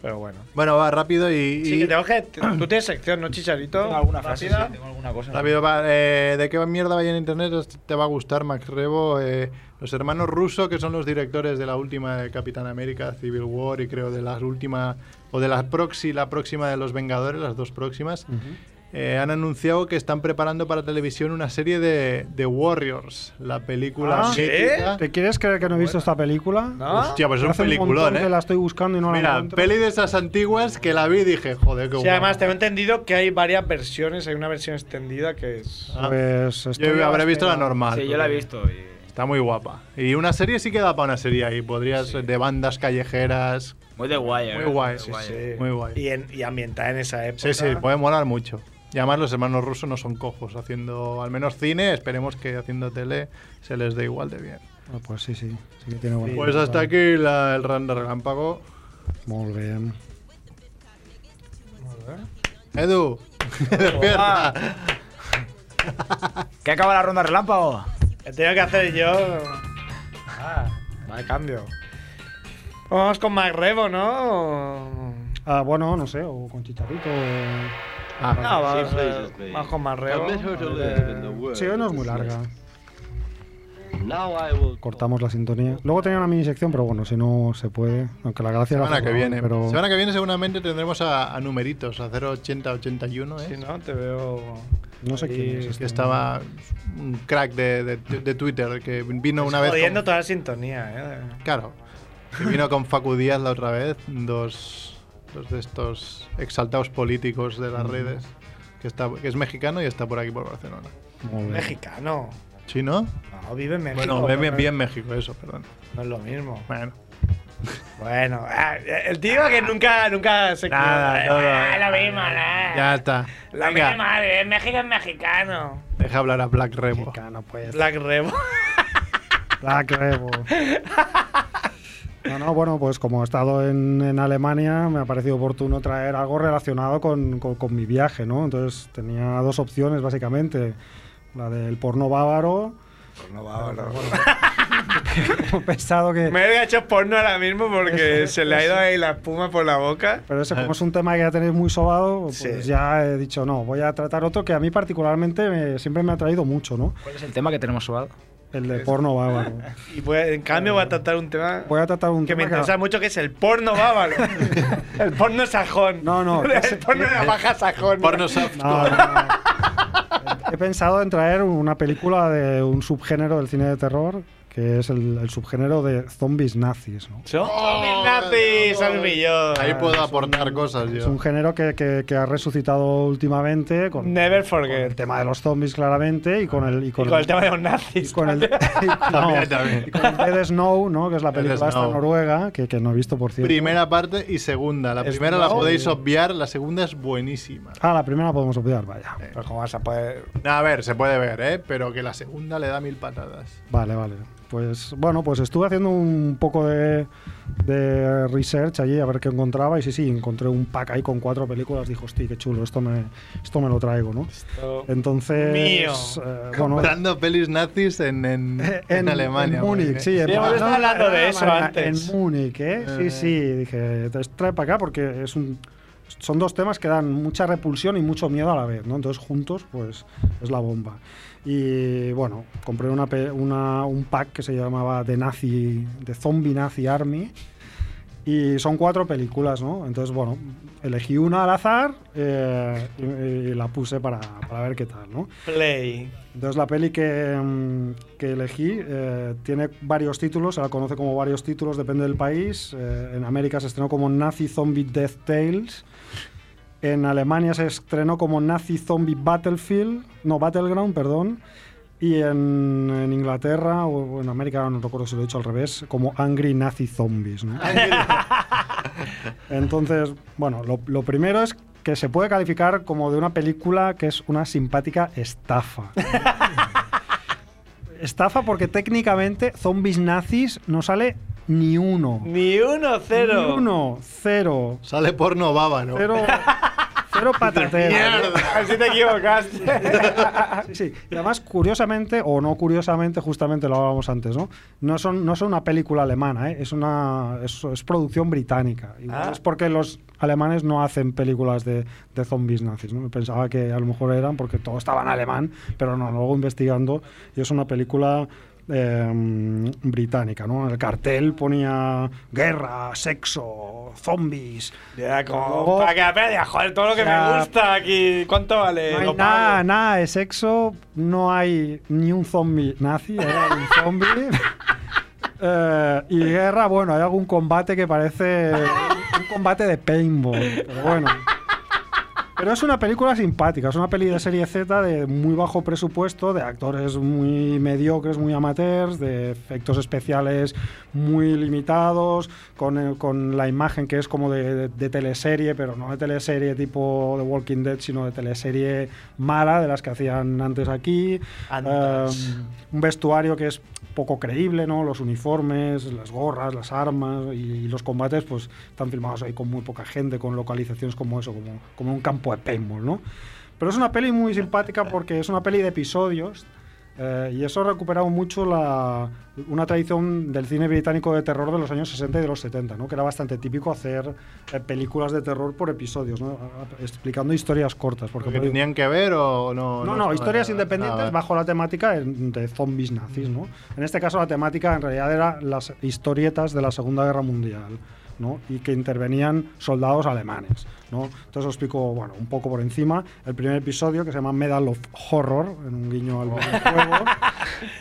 Speaker 3: Pero bueno.
Speaker 2: Bueno, va, rápido y.
Speaker 3: Sí,
Speaker 2: y-
Speaker 3: que tengo que. Tú tienes sección, ¿no, Chicharito?
Speaker 7: Tengo alguna frase,
Speaker 3: Rápida.
Speaker 7: sí, tengo alguna cosa.
Speaker 2: Rápido, va, eh, ¿de qué mierda vaya en internet? Os- Te va a gustar, Max Rebo. eh, los hermanos Russo, que son los directores de la última de Capitán América, Civil War y creo de las últimas, o de la proxy, la próxima de los Vengadores, las dos próximas, eh, han anunciado que están preparando para televisión una serie de, de Warriors, la película
Speaker 1: Ah, ¿sí?
Speaker 2: mítica.
Speaker 1: ¿Te quieres creer que no he visto esta película?
Speaker 3: ¿No?
Speaker 2: Hostia, pues es un
Speaker 1: Hace montón
Speaker 2: peliculón,
Speaker 1: que
Speaker 2: ¿eh?
Speaker 1: la estoy buscando y no la
Speaker 2: Mira,
Speaker 1: encuentro.
Speaker 2: peli de esas antiguas que la vi y dije, joder, qué
Speaker 3: Sí,
Speaker 2: guapo.
Speaker 3: además tengo entendido que hay varias versiones. Hay una versión extendida que es.
Speaker 2: Ah,
Speaker 1: Pues estoy
Speaker 2: Yo habré visto la
Speaker 1: esperando.
Speaker 2: normal.
Speaker 4: Sí, yo la he visto. y-
Speaker 2: Está muy guapa. Y una serie sí queda para una serie ahí. Podrías de bandas callejeras.
Speaker 4: Muy de guay, eh.
Speaker 2: Muy guay, sí,
Speaker 4: Muy
Speaker 2: sí. Ah, Muy guay.
Speaker 3: Y, en- y ambientada en esa época.
Speaker 2: Sí, sí, puede molar mucho. Y además los hermanos rusos no son cojos. Haciendo al menos cine, esperemos que haciendo tele se les dé igual de bien.
Speaker 1: Ah, pues sí, sí. Sí que tiene buena
Speaker 2: Pues hasta aquí la- el randa relámpago.
Speaker 1: Muy bien.
Speaker 2: Edu, despierta.
Speaker 4: ¿Qué acaba la ronda relámpago?
Speaker 3: He tenido que hacer yo. Ah, no hay cambio. Vamos con Macrebo, ¿no?
Speaker 1: Ah, bueno, no sé, o con chicharito. o-
Speaker 2: Ah,
Speaker 3: No, vamos, eh, vamos con Macrebo. Eh,
Speaker 2: Pues,
Speaker 1: Sí, hoy no es muy larga. Cortamos la sintonía. Luego tenía una mini sección, pero bueno, si no se puede. Aunque la gracia la
Speaker 2: Semana que
Speaker 1: hacemos,
Speaker 2: viene.
Speaker 1: Pero...
Speaker 2: Semana que viene seguramente tendremos a, a numeritos, a 080, 81, ¿eh?
Speaker 3: Si no, te veo.
Speaker 1: No sé quién es.
Speaker 2: que
Speaker 1: este.
Speaker 2: estaba un crack de, de- de Twitter que vino una vez.
Speaker 3: Jodiendo
Speaker 2: con-
Speaker 3: toda la sintonía, ¿eh?
Speaker 2: Claro. Que vino con Facu Díaz la otra vez, dos, dos de estos exaltados políticos de las redes, que, está, que es mexicano y está por aquí, por Barcelona.
Speaker 1: Muy bien.
Speaker 3: Mexicano.
Speaker 2: ¿Sí, no?
Speaker 3: No, vive en México.
Speaker 2: Bueno, bien,
Speaker 3: no-
Speaker 2: bien, bien México, eso, perdón.
Speaker 3: No es lo mismo.
Speaker 2: Bueno.
Speaker 3: Bueno, ah, el tío que nunca, nunca se
Speaker 2: Nada,
Speaker 3: equivoca.
Speaker 2: nada.
Speaker 3: Ah, lo mismo, nada.
Speaker 2: eh, Ya está.
Speaker 3: eh, La
Speaker 2: Venga,
Speaker 3: misma madre, en México es mexicano.
Speaker 2: deja hablar a Black Rebo.
Speaker 1: Mexicano, pues.
Speaker 3: Black Rebo.
Speaker 1: La creo. No, no, bueno, pues como he estado en, en Alemania, me ha parecido oportuno traer algo relacionado con, con- con mi viaje, ¿no? Entonces tenía dos opciones, básicamente. La del porno bávaro. He pensado que...
Speaker 3: Me he hecho porno ahora mismo porque se le ha ido ahí la espuma por la boca.
Speaker 1: Pero ese, como es un tema que ya tenéis muy sobado, pues
Speaker 3: Sí.
Speaker 1: ya he dicho, no, voy a tratar otro que a mí particularmente me- siempre me ha traído mucho, ¿no?
Speaker 4: ¿Cuál es el tema que tenemos sobado?
Speaker 1: El de porno bávaro.
Speaker 3: Y voy a- en cambio voy a tratar un tema
Speaker 1: Voy a tratar un
Speaker 3: que me
Speaker 1: tema
Speaker 3: interesa mucho, que es el porno bávaro. el porno sajón.
Speaker 1: No, no,
Speaker 3: El
Speaker 1: ese-
Speaker 3: porno de la paja sajón.
Speaker 2: Porno soft.
Speaker 1: No, no, no. He pensado en traer una película de un subgénero del cine de terror, que es el, el subgénero de zombies nazis. ¿no?
Speaker 3: ¡Oh, nazis, soy yo.
Speaker 2: Ahí puedo aportar cosas
Speaker 1: Es
Speaker 2: yo.
Speaker 1: un género que, que- que ha resucitado últimamente con,
Speaker 3: Never
Speaker 1: con el
Speaker 3: forget.
Speaker 1: tema de los zombies, claramente, y con el, y
Speaker 3: Y con el tema de los nazis.
Speaker 1: y con el, y- no,
Speaker 2: También, también.
Speaker 1: y con el Dead Snow, ¿no? que es la
Speaker 2: Dead
Speaker 1: película esta
Speaker 2: Snow.
Speaker 1: noruega, que, que no he visto, por cierto.
Speaker 2: Primera parte y segunda. La
Speaker 3: Es-
Speaker 2: primera la
Speaker 3: no.
Speaker 2: podéis obviar, la segunda es buenísima.
Speaker 1: Ah, la primera la podemos olvidar, vaya.
Speaker 3: Pero ¿cómo vas a poder...?
Speaker 1: Ah.
Speaker 2: A ver, se puede ver, ¿eh? Pero que la segunda le da mil patadas.
Speaker 1: Vale, vale. Pues bueno, pues estuve haciendo un poco de, de research allí a ver qué encontraba y sí, sí, encontré un pack ahí con cuatro películas. Dijo, hostia, qué chulo, esto me, esto me lo traigo, ¿no? Entonces,
Speaker 3: Mío.
Speaker 1: eh, bueno,
Speaker 2: Comprando pelis nazis en, en, en Alemania. ¿eh?
Speaker 1: en Múnich,
Speaker 2: porque-
Speaker 1: sí. en-
Speaker 3: Sí, hemos estado hablando de
Speaker 1: en-
Speaker 3: eso
Speaker 1: en-
Speaker 3: antes.
Speaker 1: En Múnich, ¿eh? Sí, sí. Dije, "Entonces, trae para acá porque es un, son dos temas que dan mucha repulsión y mucho miedo a la vez, ¿no? Entonces, juntos, pues, es la bomba. Y, bueno, compré una, pe- una- un pack que se llamaba The Nazi, The Zombie Nazi Army. Y son cuatro películas, ¿no? Entonces, bueno, elegí una al azar eh, y, y la puse para, para ver qué tal, ¿no?
Speaker 3: Play.
Speaker 1: Entonces la peli que, mm, que elegí eh, tiene varios títulos, se la conoce como varios títulos, depende del país. Eh, en América se estrenó como Nazi Zombie Death Tales. En Alemania se estrenó como Nazi Zombie Battlefield, no, Battleground, perdón. Y en, en Inglaterra, o o en América, no recuerdo si lo he dicho al revés, como Angry Nazi Zombies. ¿no? Entonces, bueno, lo, lo primero es que se puede calificar como de una película que es una simpática estafa. estafa porque técnicamente zombies nazis no sale ni uno.
Speaker 3: Ni uno, cero.
Speaker 1: Ni uno, cero.
Speaker 2: Sale porno bávaro.
Speaker 1: Cero, Pero patatero.
Speaker 3: Así te equivocaste.
Speaker 1: Sí, sí. Y además, curiosamente, o no curiosamente, justamente lo hablábamos antes, ¿no? No son, no son una película alemana, ¿eh? es una es, es producción británica. Igual
Speaker 3: Ah.
Speaker 1: Es porque los alemanes no hacen películas de, de zombies nazis, ¿no? Me pensaba que a lo mejor eran porque todo estaba en alemán, pero no, luego investigando, y es una película... eh, británica, ¿no? En el cartel ponía guerra, sexo, zombies.
Speaker 3: Ya,
Speaker 1: Luego-
Speaker 3: como. Para que aprenda, joder, todo lo que
Speaker 1: Ya.
Speaker 3: me gusta aquí. ¿Cuánto vale?
Speaker 1: No hay
Speaker 3: Lo
Speaker 1: nada,
Speaker 3: pago.
Speaker 1: nada de sexo, no hay ni un zombie nazi, era un zombie. Eh, y guerra, bueno, hay algún combate que parece un combate de paintball, pero bueno. Pero es una película simpática, es una peli de serie Z de muy bajo presupuesto, de actores muy mediocres, muy amateurs, de efectos especiales muy limitados, con, el- con la imagen que es como de, de- de teleserie, pero no de teleserie tipo The Walking Dead, sino de teleserie mala, de las que hacían antes aquí.
Speaker 3: Antes.
Speaker 1: Eh, un vestuario que es poco creíble, ¿no? Los uniformes, las gorras, las armas y, y los combates, pues están filmados ahí con muy poca gente, con localizaciones como eso, como, como un campo de paintball, ¿no? Pero es una peli muy simpática porque es una peli de episodios eh, y eso ha recuperado mucho la, una tradición del cine británico de terror de los años 60 y de los 70, ¿no? que era bastante típico hacer eh, películas de terror por episodios, ¿no? A- a- explicando historias cortas. Porque
Speaker 2: ¿Porque
Speaker 1: por-
Speaker 2: tenían que ver o no?
Speaker 1: no, no, historias
Speaker 2: nada,
Speaker 1: independientes
Speaker 2: nada.
Speaker 1: bajo la temática en- de zombies nazis, ¿no? En este caso la temática en realidad era las historietas de la Segunda Guerra Mundial, ¿no? Y que intervenían soldados alemanes, ¿no? Entonces os explico, bueno, un poco por encima, el primer episodio que se llama Medal of Horror, en un guiño
Speaker 2: Oh.
Speaker 1: al videojuego,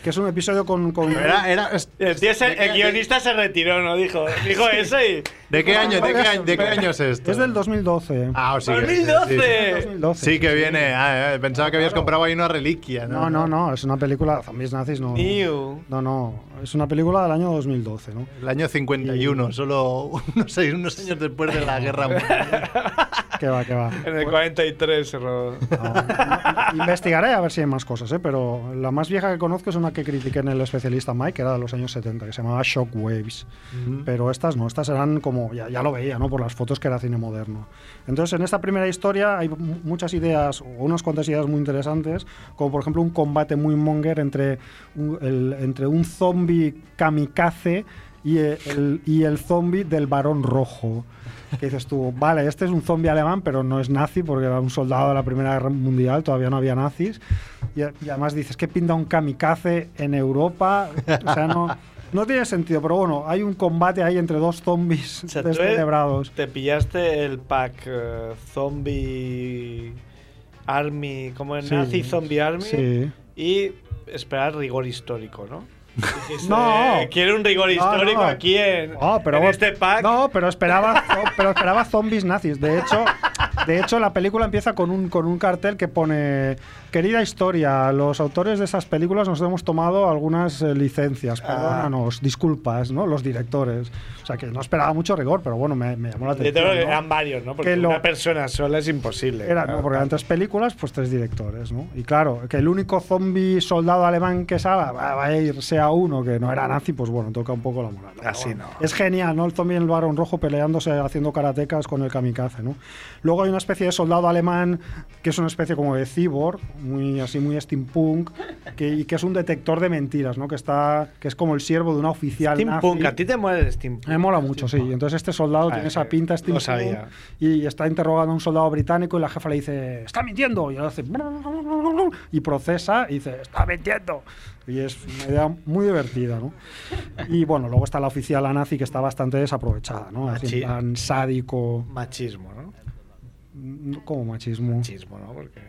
Speaker 1: que es un episodio con... con-
Speaker 2: Era, era, es-
Speaker 3: El, tío se-
Speaker 2: ¿De qué-
Speaker 3: el guionista se retiró, ¿no? Dijo, dijo eso y.
Speaker 2: ¿De qué año, de qué año, de qué año es esto?
Speaker 1: Es del 2012.
Speaker 2: Ah, o sí que- sí,
Speaker 1: Es del
Speaker 3: ¡2012!
Speaker 1: 2012.
Speaker 2: Sí, sí que viene. Ah, eh, pensaba que habías comprado ahí una reliquia.
Speaker 1: No, no, no, es una película, zombies nazis no...
Speaker 3: New.
Speaker 1: No, no, es una película del año 2012, ¿no?
Speaker 2: El año 51, solo unos, seis- unos años después de la guerra mundial.
Speaker 1: Que va, que va.
Speaker 3: En el 43 se robó.
Speaker 1: No, Investigaré a ver si hay más cosas, ¿eh? pero la más vieja que conozco es una que critiqué en el especialista Mike, que era de los años 70, que se llamaba Shockwaves. Pero estas no, estas eran como, ya, ya lo veía, ¿no? Por las fotos que era cine moderno. Entonces, en esta primera historia hay mu- muchas ideas, o unas cuantas ideas muy interesantes, como por ejemplo un combate muy monger entre un, el- entre un zombie kamikaze y el, y el zombie del varón rojo. Que dices tú, vale, este es un zombie alemán, pero no es nazi porque era un soldado de la Primera Guerra Mundial, todavía no había nazis. Y, a- y además dices, ¿qué pinta un kamikaze en Europa? O sea, no, no tiene sentido, pero bueno, hay un combate ahí entre dos zombies
Speaker 3: O sea, tú
Speaker 1: descerebrados.
Speaker 3: Te pillaste el pack eh, Zombie Army, como en
Speaker 1: Sí.
Speaker 3: Nazi Zombie Army,
Speaker 1: Sí.
Speaker 3: y esperar rigor histórico, ¿no? Dijiste,
Speaker 1: No.
Speaker 3: "Eh, Quiero un rigor
Speaker 1: No,
Speaker 3: histórico
Speaker 1: no.
Speaker 3: aquí en,
Speaker 1: No, Ah, pero
Speaker 3: en
Speaker 1: vos-
Speaker 3: este pack.
Speaker 1: No, pero esperaba, no, pero esperaba zombies nazis. De hecho, de hecho, la película empieza con un, con un cartel que pone Querida historia, los autores de esas películas nos hemos tomado algunas eh, licencias,
Speaker 3: Ah.
Speaker 1: perdónanos, disculpas, ¿no? Los directores. O sea que no esperaba mucho rigor, pero bueno, me, me llamó la
Speaker 3: Yo
Speaker 1: atención.
Speaker 3: creo que
Speaker 1: ¿no?
Speaker 3: eran varios, ¿no? Porque
Speaker 1: Que lo-
Speaker 3: una persona sola es imposible.
Speaker 1: Era, no, porque eran tres películas, pues tres directores, ¿no? Y claro, que el único zombie soldado alemán que salga va va a ir sea uno que no era nazi, pues bueno, toca un poco la moral. Pero
Speaker 3: Así
Speaker 1: bueno, Es genial, ¿no? El zombie en el varón rojo peleándose, haciendo karatecas con el kamikaze, ¿no? Luego hay una especie de soldado alemán que es una especie como de cyborg, muy así, muy steampunk, que, y que es un detector de mentiras, ¿no? Que está, que es como el siervo de una oficial
Speaker 3: Steampunk,
Speaker 1: nazi.
Speaker 3: a ti te muere el Steampunk.
Speaker 1: Me mola mucho, sí. Entonces este soldado
Speaker 3: Ah,
Speaker 1: tiene
Speaker 3: eh,
Speaker 1: esa pinta, este tipo,
Speaker 3: lo sabía.
Speaker 1: y está interrogando a un soldado británico y la jefa le dice, está mintiendo. Y él hace, y procesa y dice, está mintiendo. Y es una idea muy divertida, ¿no? Y bueno, luego está la oficial la nazi que está bastante desaprovechada, ¿no? Así, en
Speaker 3: Machi-
Speaker 1: plan sádico,
Speaker 3: Machismo, ¿no?
Speaker 1: como machismo.
Speaker 3: Machismo, ¿no? Porque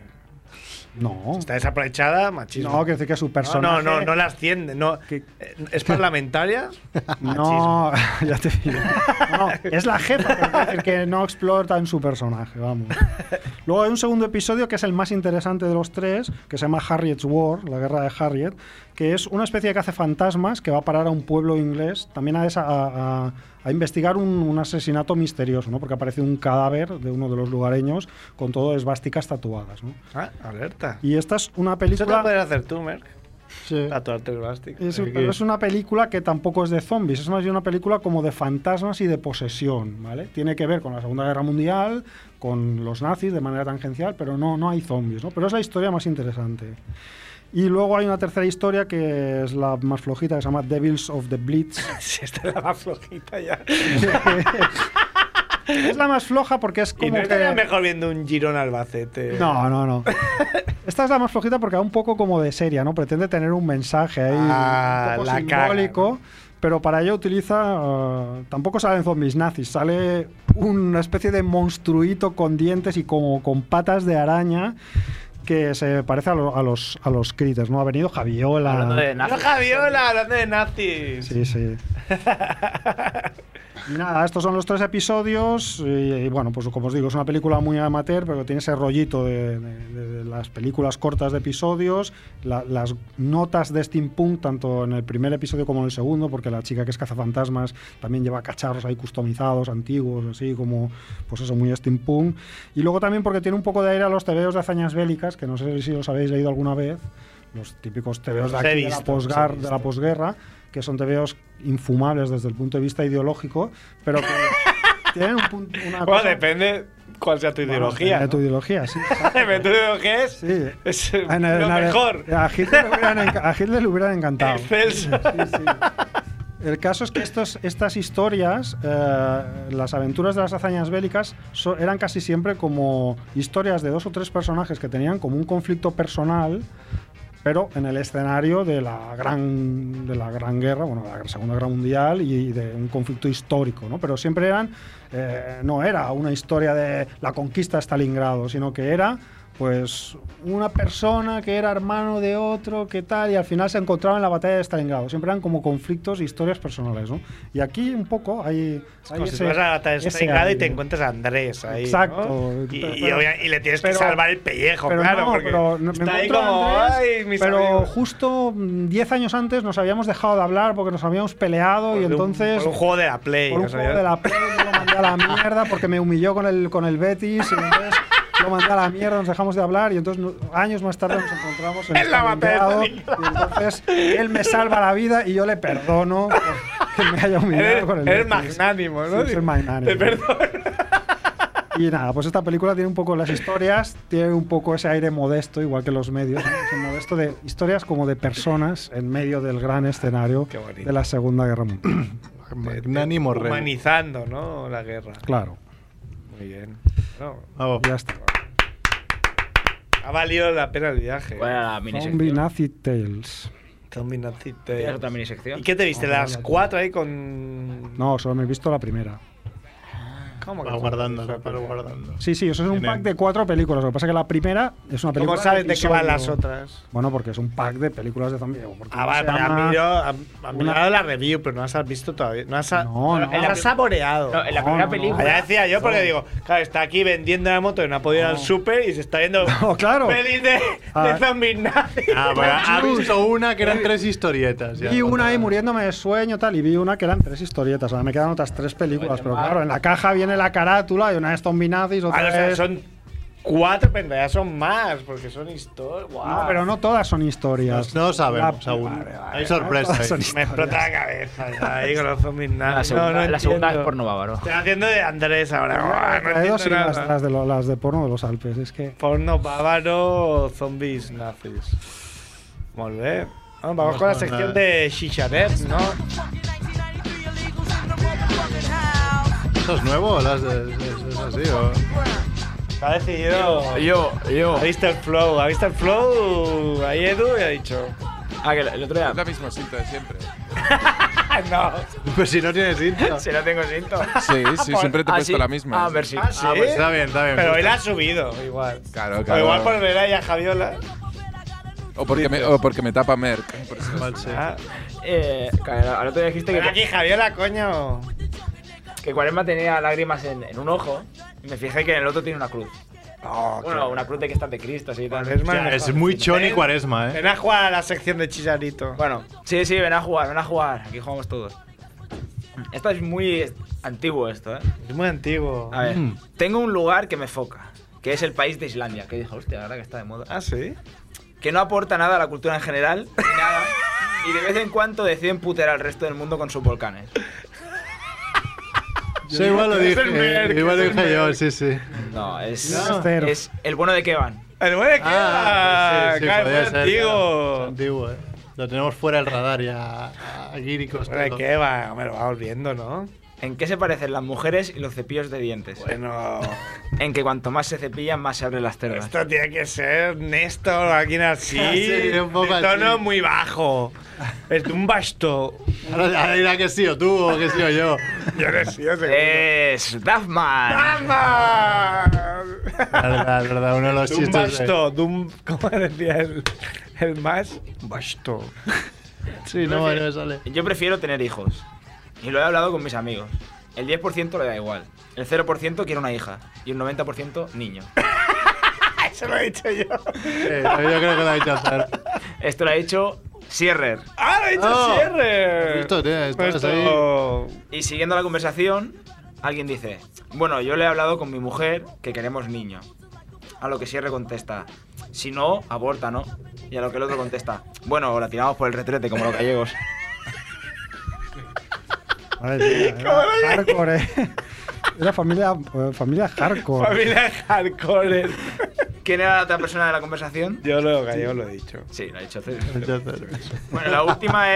Speaker 1: No.
Speaker 3: está desaprovechada, machismo.
Speaker 1: No, quiero decir que su
Speaker 3: No,
Speaker 1: personaje...
Speaker 3: no, no, no la asciende. No. Eh,
Speaker 1: Que-
Speaker 3: ¿Es parlamentaria?
Speaker 1: No, ya te digo. No, es la jefa, pero quiero decir que no explota en su personaje, vamos. Luego hay un segundo episodio que es el más interesante de los tres, que se llama Harriet's War, la guerra de Harriet, que es una especie de cazafantasmas que va a parar a un pueblo inglés, también a, esa- a- a- a investigar un, un asesinato misterioso, ¿no? porque aparece un cadáver de uno de los lugareños con todo esvásticas tatuadas. ¿no?
Speaker 3: Ah, alerta.
Speaker 1: Y esta es una
Speaker 3: Eso te lo
Speaker 1: película...
Speaker 3: puedes hacer tú, Merck.
Speaker 2: Sí.
Speaker 3: Tatuarte el plástico.
Speaker 1: Es,
Speaker 2: Así que-
Speaker 1: pero es una película que tampoco es de zombies, es más bien una película como de fantasmas y de posesión, ¿vale? Tiene que ver con la Segunda Guerra Mundial, con los nazis de manera tangencial, pero no, no hay zombies, ¿no? Pero es la historia más interesante. Y luego hay una tercera historia que es la más flojita, que se llama Devils of the Blitz.
Speaker 3: Si esta es la más flojita ya.
Speaker 1: es la más floja porque es como
Speaker 3: Y no
Speaker 1: que...
Speaker 3: estaría mejor viendo un Girón Albacete.
Speaker 1: No, no, no. Esta es la más flojita porque da un poco como de seria, ¿no? Pretende tener un mensaje ahí
Speaker 3: Ah,
Speaker 1: un poco
Speaker 3: la
Speaker 1: simbólico, pero para ello utiliza. eh, tampoco salen zombies nazis, sale una especie de monstruito con dientes y como con patas de araña que se parece a, lo- a los a los critters, ¿no? Ha venido Javiola.
Speaker 4: Hablando de
Speaker 3: No,
Speaker 4: nazis.
Speaker 3: Javiola, hablando de nazis.
Speaker 1: Sí, sí. Y nada, estos son los tres episodios. Y, y bueno, pues como os digo, es una película muy amateur, pero tiene ese rollito de, de- de las películas cortas de episodios, la- las notas de steampunk, tanto en el primer episodio como en el segundo, porque la chica que es cazafantasmas también lleva cacharros ahí customizados, antiguos, así como, pues eso, muy steampunk. Y luego también porque tiene un poco de aire a los tebeos de hazañas bélicas, que no sé si los habéis leído alguna vez, los típicos tebeos de
Speaker 3: Los he
Speaker 1: aquí, de la
Speaker 3: visto, los he
Speaker 1: posgar- de la
Speaker 3: visto.
Speaker 1: posguerra, que son tebeos infumables desde el punto de vista ideológico, pero que tienen un punto, una
Speaker 3: Bueno,
Speaker 1: cosa-
Speaker 3: depende cuál sea tu
Speaker 1: Bueno,
Speaker 3: ideología.
Speaker 1: De tu
Speaker 3: ¿no?
Speaker 1: ideología, sí.
Speaker 3: Depende tu ideología es,
Speaker 1: sí. Ah,
Speaker 3: es
Speaker 1: En el-
Speaker 3: lo
Speaker 1: en el-
Speaker 3: mejor.
Speaker 1: A Hitler, le hubieran enca- a Hitler le hubieran encantado.
Speaker 3: Excelso.
Speaker 1: Sí, sí. El caso es que estos, estas historias, eh, las aventuras de las hazañas bélicas, so- eran casi siempre como historias de dos o tres personajes que tenían como un conflicto personal, pero en el escenario de la gran, de la gran guerra, bueno, de la Segunda Guerra Mundial y de un conflicto histórico, ¿no? Pero siempre eran, eh, no era una historia de la conquista de Stalingrado, sino que era pues una persona que era hermano de otro, que tal, y al final se encontraban en la batalla de Stalingrado. Siempre eran como conflictos e historias personales, ¿no? Y aquí un poco hay... hay
Speaker 3: Como si
Speaker 1: ese-
Speaker 3: tú vas a la
Speaker 1: ese
Speaker 3: Stalingrado y te
Speaker 1: aire.
Speaker 3: encuentras a Andrés ahí.
Speaker 1: Exacto.
Speaker 3: ¿no? Y,
Speaker 1: Pero-
Speaker 3: y obvia- y le tienes que
Speaker 1: pero-
Speaker 3: salvar el pellejo,
Speaker 1: pero
Speaker 3: claro.
Speaker 1: no,
Speaker 3: porque
Speaker 1: pero no- me
Speaker 3: está ahí
Speaker 1: encuentro a
Speaker 3: como,
Speaker 1: Andrés,
Speaker 3: "Ay, mis
Speaker 1: pero
Speaker 3: amigos".
Speaker 1: justo mm, 10 años antes nos habíamos dejado de hablar porque nos habíamos peleado
Speaker 3: Por
Speaker 1: y
Speaker 3: un-
Speaker 1: entonces...
Speaker 3: por un juego de la Play.
Speaker 1: por un
Speaker 3: o sea,
Speaker 1: juego de la Play, yo lo mandé a la mierda porque me humilló con el, con el Betis y entonces lo mandé a la mierda, nos dejamos de hablar y entonces no- años más tarde nos encontramos en,
Speaker 3: En la
Speaker 1: Stalingrado,
Speaker 3: batalla de
Speaker 1: y entonces él me salva la vida y yo le perdono por que me haya humillado
Speaker 3: Eres,
Speaker 1: con el
Speaker 3: eres
Speaker 1: Betis.
Speaker 3: magnánimo, ¿no?
Speaker 1: Sí, soy magnánimo.
Speaker 3: Te perdono.
Speaker 1: Y nada, pues esta película tiene un poco las historias, tiene un poco ese aire modesto, igual que los medios, ¿no? Ese modesto de historias como de personas en medio del gran escenario
Speaker 3: Qué bonito.
Speaker 1: de la Segunda Guerra Mundial.
Speaker 2: Magnánimo rey.
Speaker 3: Humanizando, ¿no? La guerra.
Speaker 1: Claro,
Speaker 3: Muy bien. Bueno,
Speaker 2: Vamos.
Speaker 1: ya está.
Speaker 3: ha valido la pena el viaje.
Speaker 7: ¿Cuál era la
Speaker 1: Zombie
Speaker 7: minisección?
Speaker 1: Nazi Tales.
Speaker 3: Zombie Nazi te-
Speaker 7: ¿Tienes otra minisección?
Speaker 3: ¿Y qué te viste?
Speaker 1: Ah,
Speaker 3: ¿Las
Speaker 1: vale.
Speaker 3: cuatro ahí con.?
Speaker 1: No, solo me he visto la primera.
Speaker 3: ¿Cómo
Speaker 2: Va
Speaker 3: son?
Speaker 2: guardando, va guardando.
Speaker 1: Sí, sí, eso es un
Speaker 2: Tienen-
Speaker 1: pack de cuatro películas. Lo que pasa es que la primera es una película.
Speaker 3: ¿Cómo sabes de qué
Speaker 1: episodio.
Speaker 3: van las otras?
Speaker 1: Bueno, porque es un pack de películas de zombies. o porque
Speaker 3: Ah,
Speaker 1: se
Speaker 3: vale, pero a
Speaker 1: llama-
Speaker 3: mí yo. A, a mí me
Speaker 1: una-
Speaker 3: ha dado la review, pero no has visto todavía. No has,
Speaker 1: No, no.
Speaker 3: no has saboreado. Ah,
Speaker 7: No, en la
Speaker 1: No, no,
Speaker 7: primera
Speaker 1: no.
Speaker 7: película.
Speaker 3: Ya decía yo porque digo, claro, está aquí vendiendo la moto y no ha podido ir al súper y se está viendo
Speaker 1: No, claro.
Speaker 3: pelis de,
Speaker 1: Ah.
Speaker 3: de zombies nazis.
Speaker 2: Ah, pero ha visto una que eran tres historietas. ya.
Speaker 1: Vi una ahí muriéndome de sueño tal y vi una que eran tres historietas. Ahora me quedan otras tres películas, pero claro, en la caja viene la carátula y una es zombie nazis,
Speaker 3: Ah,
Speaker 1: otra
Speaker 3: no, o sea,
Speaker 1: es-
Speaker 3: son cuatro, pero en realidad son más, porque son historias.
Speaker 1: No, Ah, pero no todas son historias.
Speaker 2: No sabemos
Speaker 1: La-
Speaker 2: aún. Hay ¿eh?
Speaker 1: todas
Speaker 2: sorpresas.
Speaker 1: son
Speaker 2: ahí.
Speaker 3: Me explota la cabeza ya, ahí con los zombies nazis.
Speaker 7: La segunda,
Speaker 3: no, no
Speaker 7: la segunda es
Speaker 3: entiendo.
Speaker 7: porno bávaro.
Speaker 3: Estoy haciendo de Andrés ahora. Buah, No
Speaker 1: Hay dos y
Speaker 3: entiendo
Speaker 1: las,
Speaker 3: nada.
Speaker 1: las de lo- las de porno de los Alpes. Es que
Speaker 3: Porno bávaro, zombies nazis. Molt bé. Bueno, vamos con la sección de Shishanet, ¿no?
Speaker 2: ¿Esto es nuevo? o las- es, es- es así? o-
Speaker 3: Ha decidido...
Speaker 7: Yo, yo.
Speaker 3: Ha visto el flow, ha visto el flow ahí Edu y ha dicho...
Speaker 7: Ah, que el el otro día.
Speaker 5: Es la misma cinta de siempre.
Speaker 3: ¡Ah, no!
Speaker 2: Pues si no tiene cinta.
Speaker 4: Si no tengo cinto.
Speaker 5: Sí, sí, siempre te he
Speaker 7: Ah,
Speaker 5: puesto
Speaker 7: sí.
Speaker 5: la misma.
Speaker 7: Ah, ver si.
Speaker 3: Ah, sí.
Speaker 2: Ah, pues está bien, está bien.
Speaker 3: Pero él ha subido, igual.
Speaker 5: Claro,
Speaker 3: O
Speaker 5: claro.
Speaker 3: igual por ver ahí a Javiola.
Speaker 5: O porque, me, o porque me tapa Merck. Por eso.
Speaker 2: Mal, sí.
Speaker 3: Ah,
Speaker 7: Eh, que el el otro día dijiste
Speaker 3: ven
Speaker 7: que,
Speaker 3: aquí, Javiola, coño.
Speaker 7: que Cuaresma tenía lágrimas en, en un ojo. Y me fijé que en el otro tiene una cruz.
Speaker 5: Ah,
Speaker 7: bueno, una cruz de que están de Cristo, así y tal.
Speaker 3: Cuaresma
Speaker 2: Hostia,
Speaker 3: mejor.
Speaker 2: es muy choni
Speaker 3: Ven-
Speaker 2: cuaresma, ¿eh?
Speaker 3: Ven a jugar a la sección de Chicharito.
Speaker 7: Bueno, sí, sí, ven a jugar, ven a jugar. Aquí jugamos todos. Esto es muy antiguo, esto, ¿eh?
Speaker 3: Es muy antiguo.
Speaker 7: A ver,
Speaker 2: Mm.
Speaker 7: tengo un lugar que me foca, que es el país de Islandia. Que dije, hostia, ahora que está de moda.
Speaker 3: Ah, sí.
Speaker 7: que no aporta nada a la cultura en general, ni nada, y de vez en cuando deciden putear al resto del mundo con sus volcanes.
Speaker 2: Sí, igual lo
Speaker 3: que es
Speaker 2: dije.
Speaker 3: el Merck,
Speaker 2: igual
Speaker 3: que es
Speaker 2: lo
Speaker 3: el
Speaker 2: dije yo,
Speaker 3: Merck.
Speaker 2: sí, sí.
Speaker 7: No, es,
Speaker 1: No. Cero.
Speaker 7: es el bueno de Kevan.
Speaker 3: El güey que ah,
Speaker 2: Ah, sí, sí,
Speaker 3: cae
Speaker 2: podía
Speaker 3: fue
Speaker 2: ser, claro. Es
Speaker 3: antiguo.
Speaker 2: antiguo, eh. Lo tenemos fuera del radar ya. A Guiri
Speaker 3: Hombre,
Speaker 2: Costello.
Speaker 3: ¿qué va? Me lo va volviendo, ¿no?
Speaker 7: ¿En qué se parecen las mujeres y los cepillos de dientes?
Speaker 3: Bueno,
Speaker 7: En que cuanto más se cepillan, más se abren las cerdas.
Speaker 3: esto tiene que ser Néstor, alguien así.
Speaker 2: Sí, un poco
Speaker 3: de tono
Speaker 2: así.
Speaker 3: muy bajo. Es de un basto.
Speaker 2: Ahora, ahora dirá que sí o tú o que sí o yo.
Speaker 3: Yo no sé, yo sé.
Speaker 2: Eh.
Speaker 7: Es Duffman.
Speaker 2: La verdad, la verdad, uno de los
Speaker 3: De un
Speaker 2: chistes. eh.
Speaker 3: basto, de un. ¿Cómo decía el, el más? Basto.
Speaker 2: Sí, no, no me sale.
Speaker 7: Yo prefiero tener hijos. Y lo he hablado con mis amigos. El 10% le da igual. El 0% quiere una hija. Y el 90% niño.
Speaker 3: Eso lo he dicho yo.
Speaker 2: Sí, yo creo que lo ha dicho hacer.
Speaker 7: Esto lo ha dicho Sierrer.
Speaker 3: ¡Ah, lo he dicho
Speaker 2: Oh.
Speaker 3: cierre!
Speaker 2: Esto, tío, esto es
Speaker 7: Y siguiendo la conversación, alguien dice, bueno, yo le he hablado con mi mujer que queremos niño. A lo que Sierre contesta, si no, aborta, ¿no? Y a lo que el otro contesta, bueno, la tiramos por el retrete como los gallegos.
Speaker 1: Madre mía, era hardcore, eh. Era familia, eh, familia hardcore.
Speaker 3: Familia hardcore.
Speaker 7: ¿Quién era la otra persona de la conversación?
Speaker 3: Yo lo, yo lo he dicho.
Speaker 7: Sí, la ha dicho
Speaker 2: lo
Speaker 7: Sierre.
Speaker 2: ha dicho hacer.
Speaker 7: Bueno, la última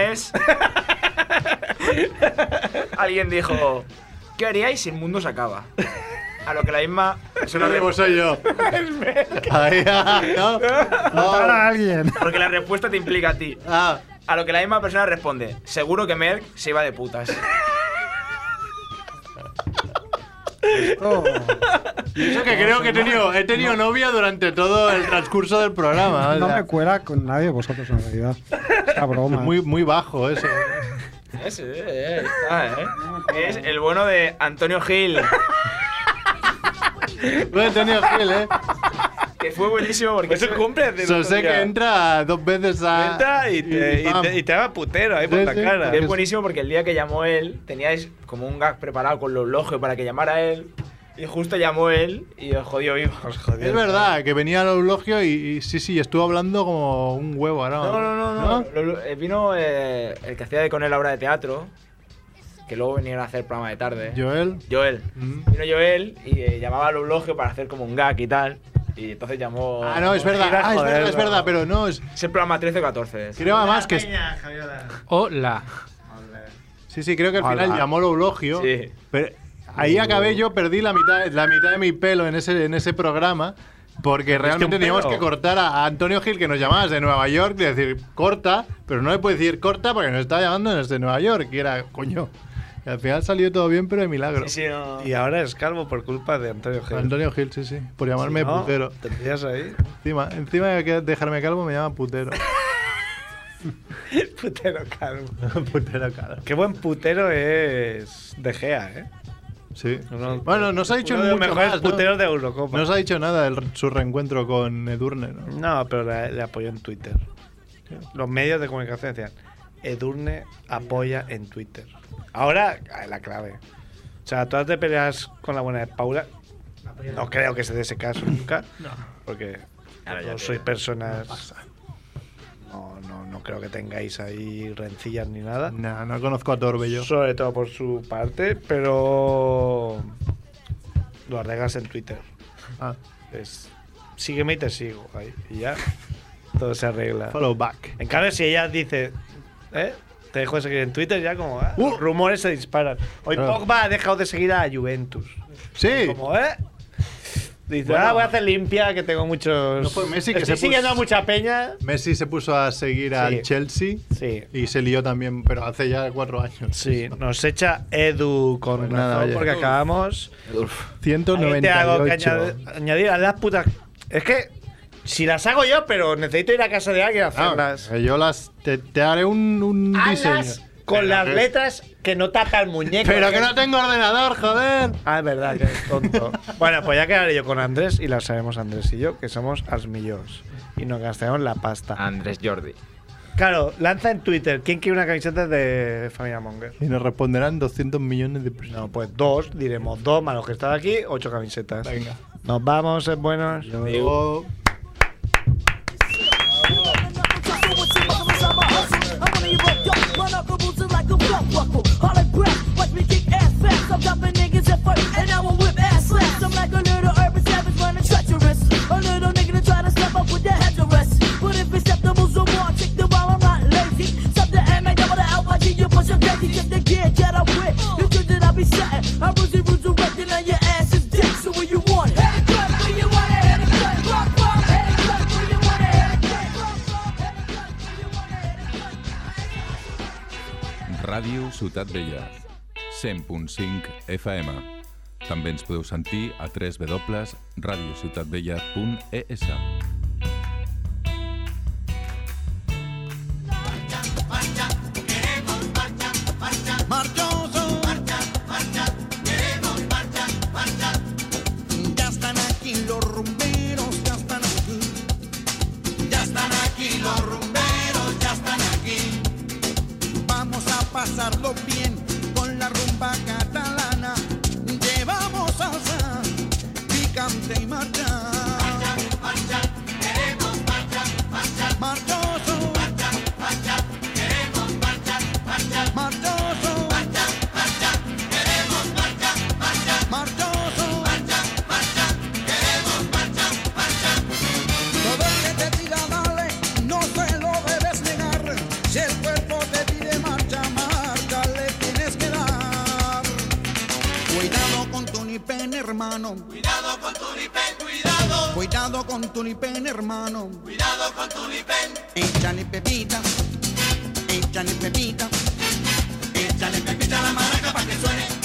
Speaker 7: es... alguien dijo, ¿qué haríais si el mundo se acaba? A lo que la misma persona...
Speaker 2: Como
Speaker 7: re-
Speaker 2: soy yo. Ahí, ah, ¿no?
Speaker 1: Matar
Speaker 2: Ah,
Speaker 1: a alguien.
Speaker 7: Porque la respuesta te implica a ti.
Speaker 2: ah,
Speaker 7: A lo que la misma persona responde, seguro que Merck se iba de putas.
Speaker 1: Esto-
Speaker 2: y eso que creo que he tenido, he tenido novia durante todo el transcurso del programa. o
Speaker 1: no
Speaker 2: sea,
Speaker 1: me cuela con nadie de vosotros, en realidad. Esta broma.
Speaker 2: muy, muy bajo eso.
Speaker 7: Ese, eh, ahí está, eh. Es el bueno de Antonio Gil,
Speaker 2: No he tenido Gil, ¿eh?
Speaker 7: que fue buenísimo porque...
Speaker 3: Eso cumple de
Speaker 2: Solo sé que entra dos veces a.
Speaker 3: Entra y te, y,
Speaker 2: pam.
Speaker 3: te, y te da putero ahí por
Speaker 2: Sí,
Speaker 3: la
Speaker 2: sí,
Speaker 3: cara.
Speaker 7: Es buenísimo porque el día que llamó él, teníais como un gag preparado con los logios para que llamara él, y justo llamó él y os jodió vivo.
Speaker 3: Os jodió.
Speaker 2: Es verdad, que venía al eulogio y, y sí, sí, estuvo hablando como un huevo ahora.
Speaker 7: No, no, no, no. Lo- lo- eh, vino eh, el que hacía de con él la obra de teatro, que luego vinieron a hacer programa de tarde.
Speaker 2: Joel.
Speaker 7: Joel.
Speaker 2: Mm.
Speaker 7: Vino Joel y eh, llamaba al eulogio para hacer como un gag y tal. Y entonces llamó.
Speaker 2: Ah, no, es verdad.
Speaker 3: Joder,
Speaker 2: Ah, es verdad, es
Speaker 3: no.
Speaker 2: verdad, pero no. Es,
Speaker 7: Es el programa 13 o 14. es.
Speaker 2: creo además que. es-
Speaker 9: Hola.
Speaker 2: Sí, sí, creo que al final llamó al eulogio.
Speaker 7: Sí.
Speaker 2: Pero ahí acabé yo, perdí la mitad, la mitad de mi pelo en ese, en ese programa. Porque realmente
Speaker 3: un
Speaker 2: teníamos
Speaker 3: pelo?
Speaker 2: que cortar a a Antonio Gil, que nos llamaba desde Nueva York, y decir corta, pero no le puedes decir corta porque nos estaba llamando desde Nueva York, y era coño. Y al final salió todo bien, pero de milagro.
Speaker 7: Sí, sí, no.
Speaker 3: Y ahora es calvo por culpa de Antonio Gil.
Speaker 2: Antonio Gil, sí, sí, por llamarme
Speaker 3: Si no,
Speaker 2: putero.
Speaker 3: ¿Te pillas ahí?
Speaker 2: Encima, encima de que dejarme calvo me llaman putero.
Speaker 3: Putero calvo.
Speaker 2: putero, claro.
Speaker 3: Qué buen putero es De Gea, ¿eh?
Speaker 2: Sí.
Speaker 3: Uno-
Speaker 2: Bueno, nos ha dicho
Speaker 3: Uno de los
Speaker 2: mucho
Speaker 3: mejores
Speaker 2: más, ¿no?
Speaker 3: puteros de Eurocopa.
Speaker 2: No os ha dicho nada de su reencuentro con Edurne, ¿no?
Speaker 3: No, pero le, le apoyó en Twitter. Los medios de comunicación decían, Edurne apoya en Twitter. Ahora, ah, la clave. O sea, todas te peleas con la buena de Paula. No creo que se dé ese caso nunca. Porque no sois personas... No, no, no creo que tengáis ahí rencillas ni nada.
Speaker 2: No, no conozco a Torbello.
Speaker 3: Sobre todo por su parte, pero... Lo arreglas en Twitter.
Speaker 2: Ah,
Speaker 3: Es, Pues, sígueme y te sigo. Ahí, y ya. Todo se arregla.
Speaker 2: follow back.
Speaker 3: En cambio, si ella dice, ¿eh? Te dejo de seguir en Twitter, ya como, ah,
Speaker 2: Uh.
Speaker 3: los rumores se disparan. Hoy
Speaker 2: Claro.
Speaker 3: Pogba ha dejado de seguir a Juventus.
Speaker 2: Sí.
Speaker 3: Como, ¿eh? Dice,
Speaker 2: Bueno.
Speaker 3: ah, voy a hacer limpia, que tengo muchos.
Speaker 2: No fue Messi que
Speaker 3: Estoy
Speaker 2: se
Speaker 3: siguiendo
Speaker 2: puso-
Speaker 3: a mucha peña.
Speaker 2: Messi se puso a seguir al Chelsea
Speaker 3: Sí.
Speaker 2: y se lió también, pero hace ya cuatro años.
Speaker 3: Sí, nos echa Edu con
Speaker 2: Pues nada,
Speaker 3: nada,
Speaker 2: oye.
Speaker 3: porque acabamos. Ahí te hago que
Speaker 2: 198.
Speaker 3: añade- añadir a las putas. Es que si las hago yo, pero necesito ir a casa de alguien a
Speaker 2: Ah,
Speaker 3: hacerlas.
Speaker 2: que yo las. Te, te haré un, un
Speaker 3: Hazlas
Speaker 2: diseño.
Speaker 3: con
Speaker 2: Pero
Speaker 3: las
Speaker 2: que-
Speaker 3: letras que no tapa el muñeco.
Speaker 2: Pero que no tengo ordenador, joder.
Speaker 3: Ah, es verdad, que es tonto. bueno, pues ya quedaré yo con Andrés y la sabemos Andrés y yo, que somos asmillos. Y nos gastamos la pasta.
Speaker 7: Andrés Jordi.
Speaker 3: Claro, lanza en Twitter. ¿Quién quiere una camiseta de Familia Monger?
Speaker 2: Y nos responderán 200 millones de personas.
Speaker 3: No, pues dos, diremos dos más los que están aquí, ocho camisetas. eh,
Speaker 2: Venga. Oh,
Speaker 3: Nos vamos, es buenos.
Speaker 2: Luego-
Speaker 6: with two buckles, I'm a hustle. I'm gonna erupt, yo. Run up the boots like a belt buckle. Holly breath, watch me kick ass fast. I'm dropping niggas at first, and I will whip ass last. I'm like a little urban savage running treacherous. A little nigga to try to step up with the headdress. But if acceptable's a war, check the while I'm not lazy. Stop the M, I double the L, watch you push a daisy. Get the gear, get up with. You think that I be setting. I'm Brucey Roots erecting on your ass is dick, so where you want it? Head cut, where you want it? Head cut, rock, rock, head cut, where you want it? Head cut, rock, rock, head cut, where you want it? Head cut.
Speaker 5: Ràdio Ciutat Vella, 100.5 FM. També ens podeu sentir a www.radiociutatvella.es.
Speaker 10: Marchoso. Marcha, marcha, queremos marcha, marcha. Ya están aquí los rumberos, ya están aquí. Ya están aquí los rumberos, ya están aquí. Vamos a pasarlo bien con la rumba catalana. Llevamos salsa, picante y marcha. Marcha, marcha, queremos marcha, marcha. Marchoso. Marcha, marcha, queremos marcha, marcha. Marchoso. Marcha, marcha, queremos marcha, marcha. Marchoso. Marcha, marcha, queremos marcha, marcha. Todo el que te diga dale, no se lo debes negar. Si el cuerpo te pide marcha, marcha, le tienes que dar. Cuidado con tu nipen, hermano. Cuidado con tu nipen, cuidado. Cuidado con tu nipen, hermano. Cuidado con tu nipen. Échale pepita, échale pepita. Échale pepita a la maraca para que suene.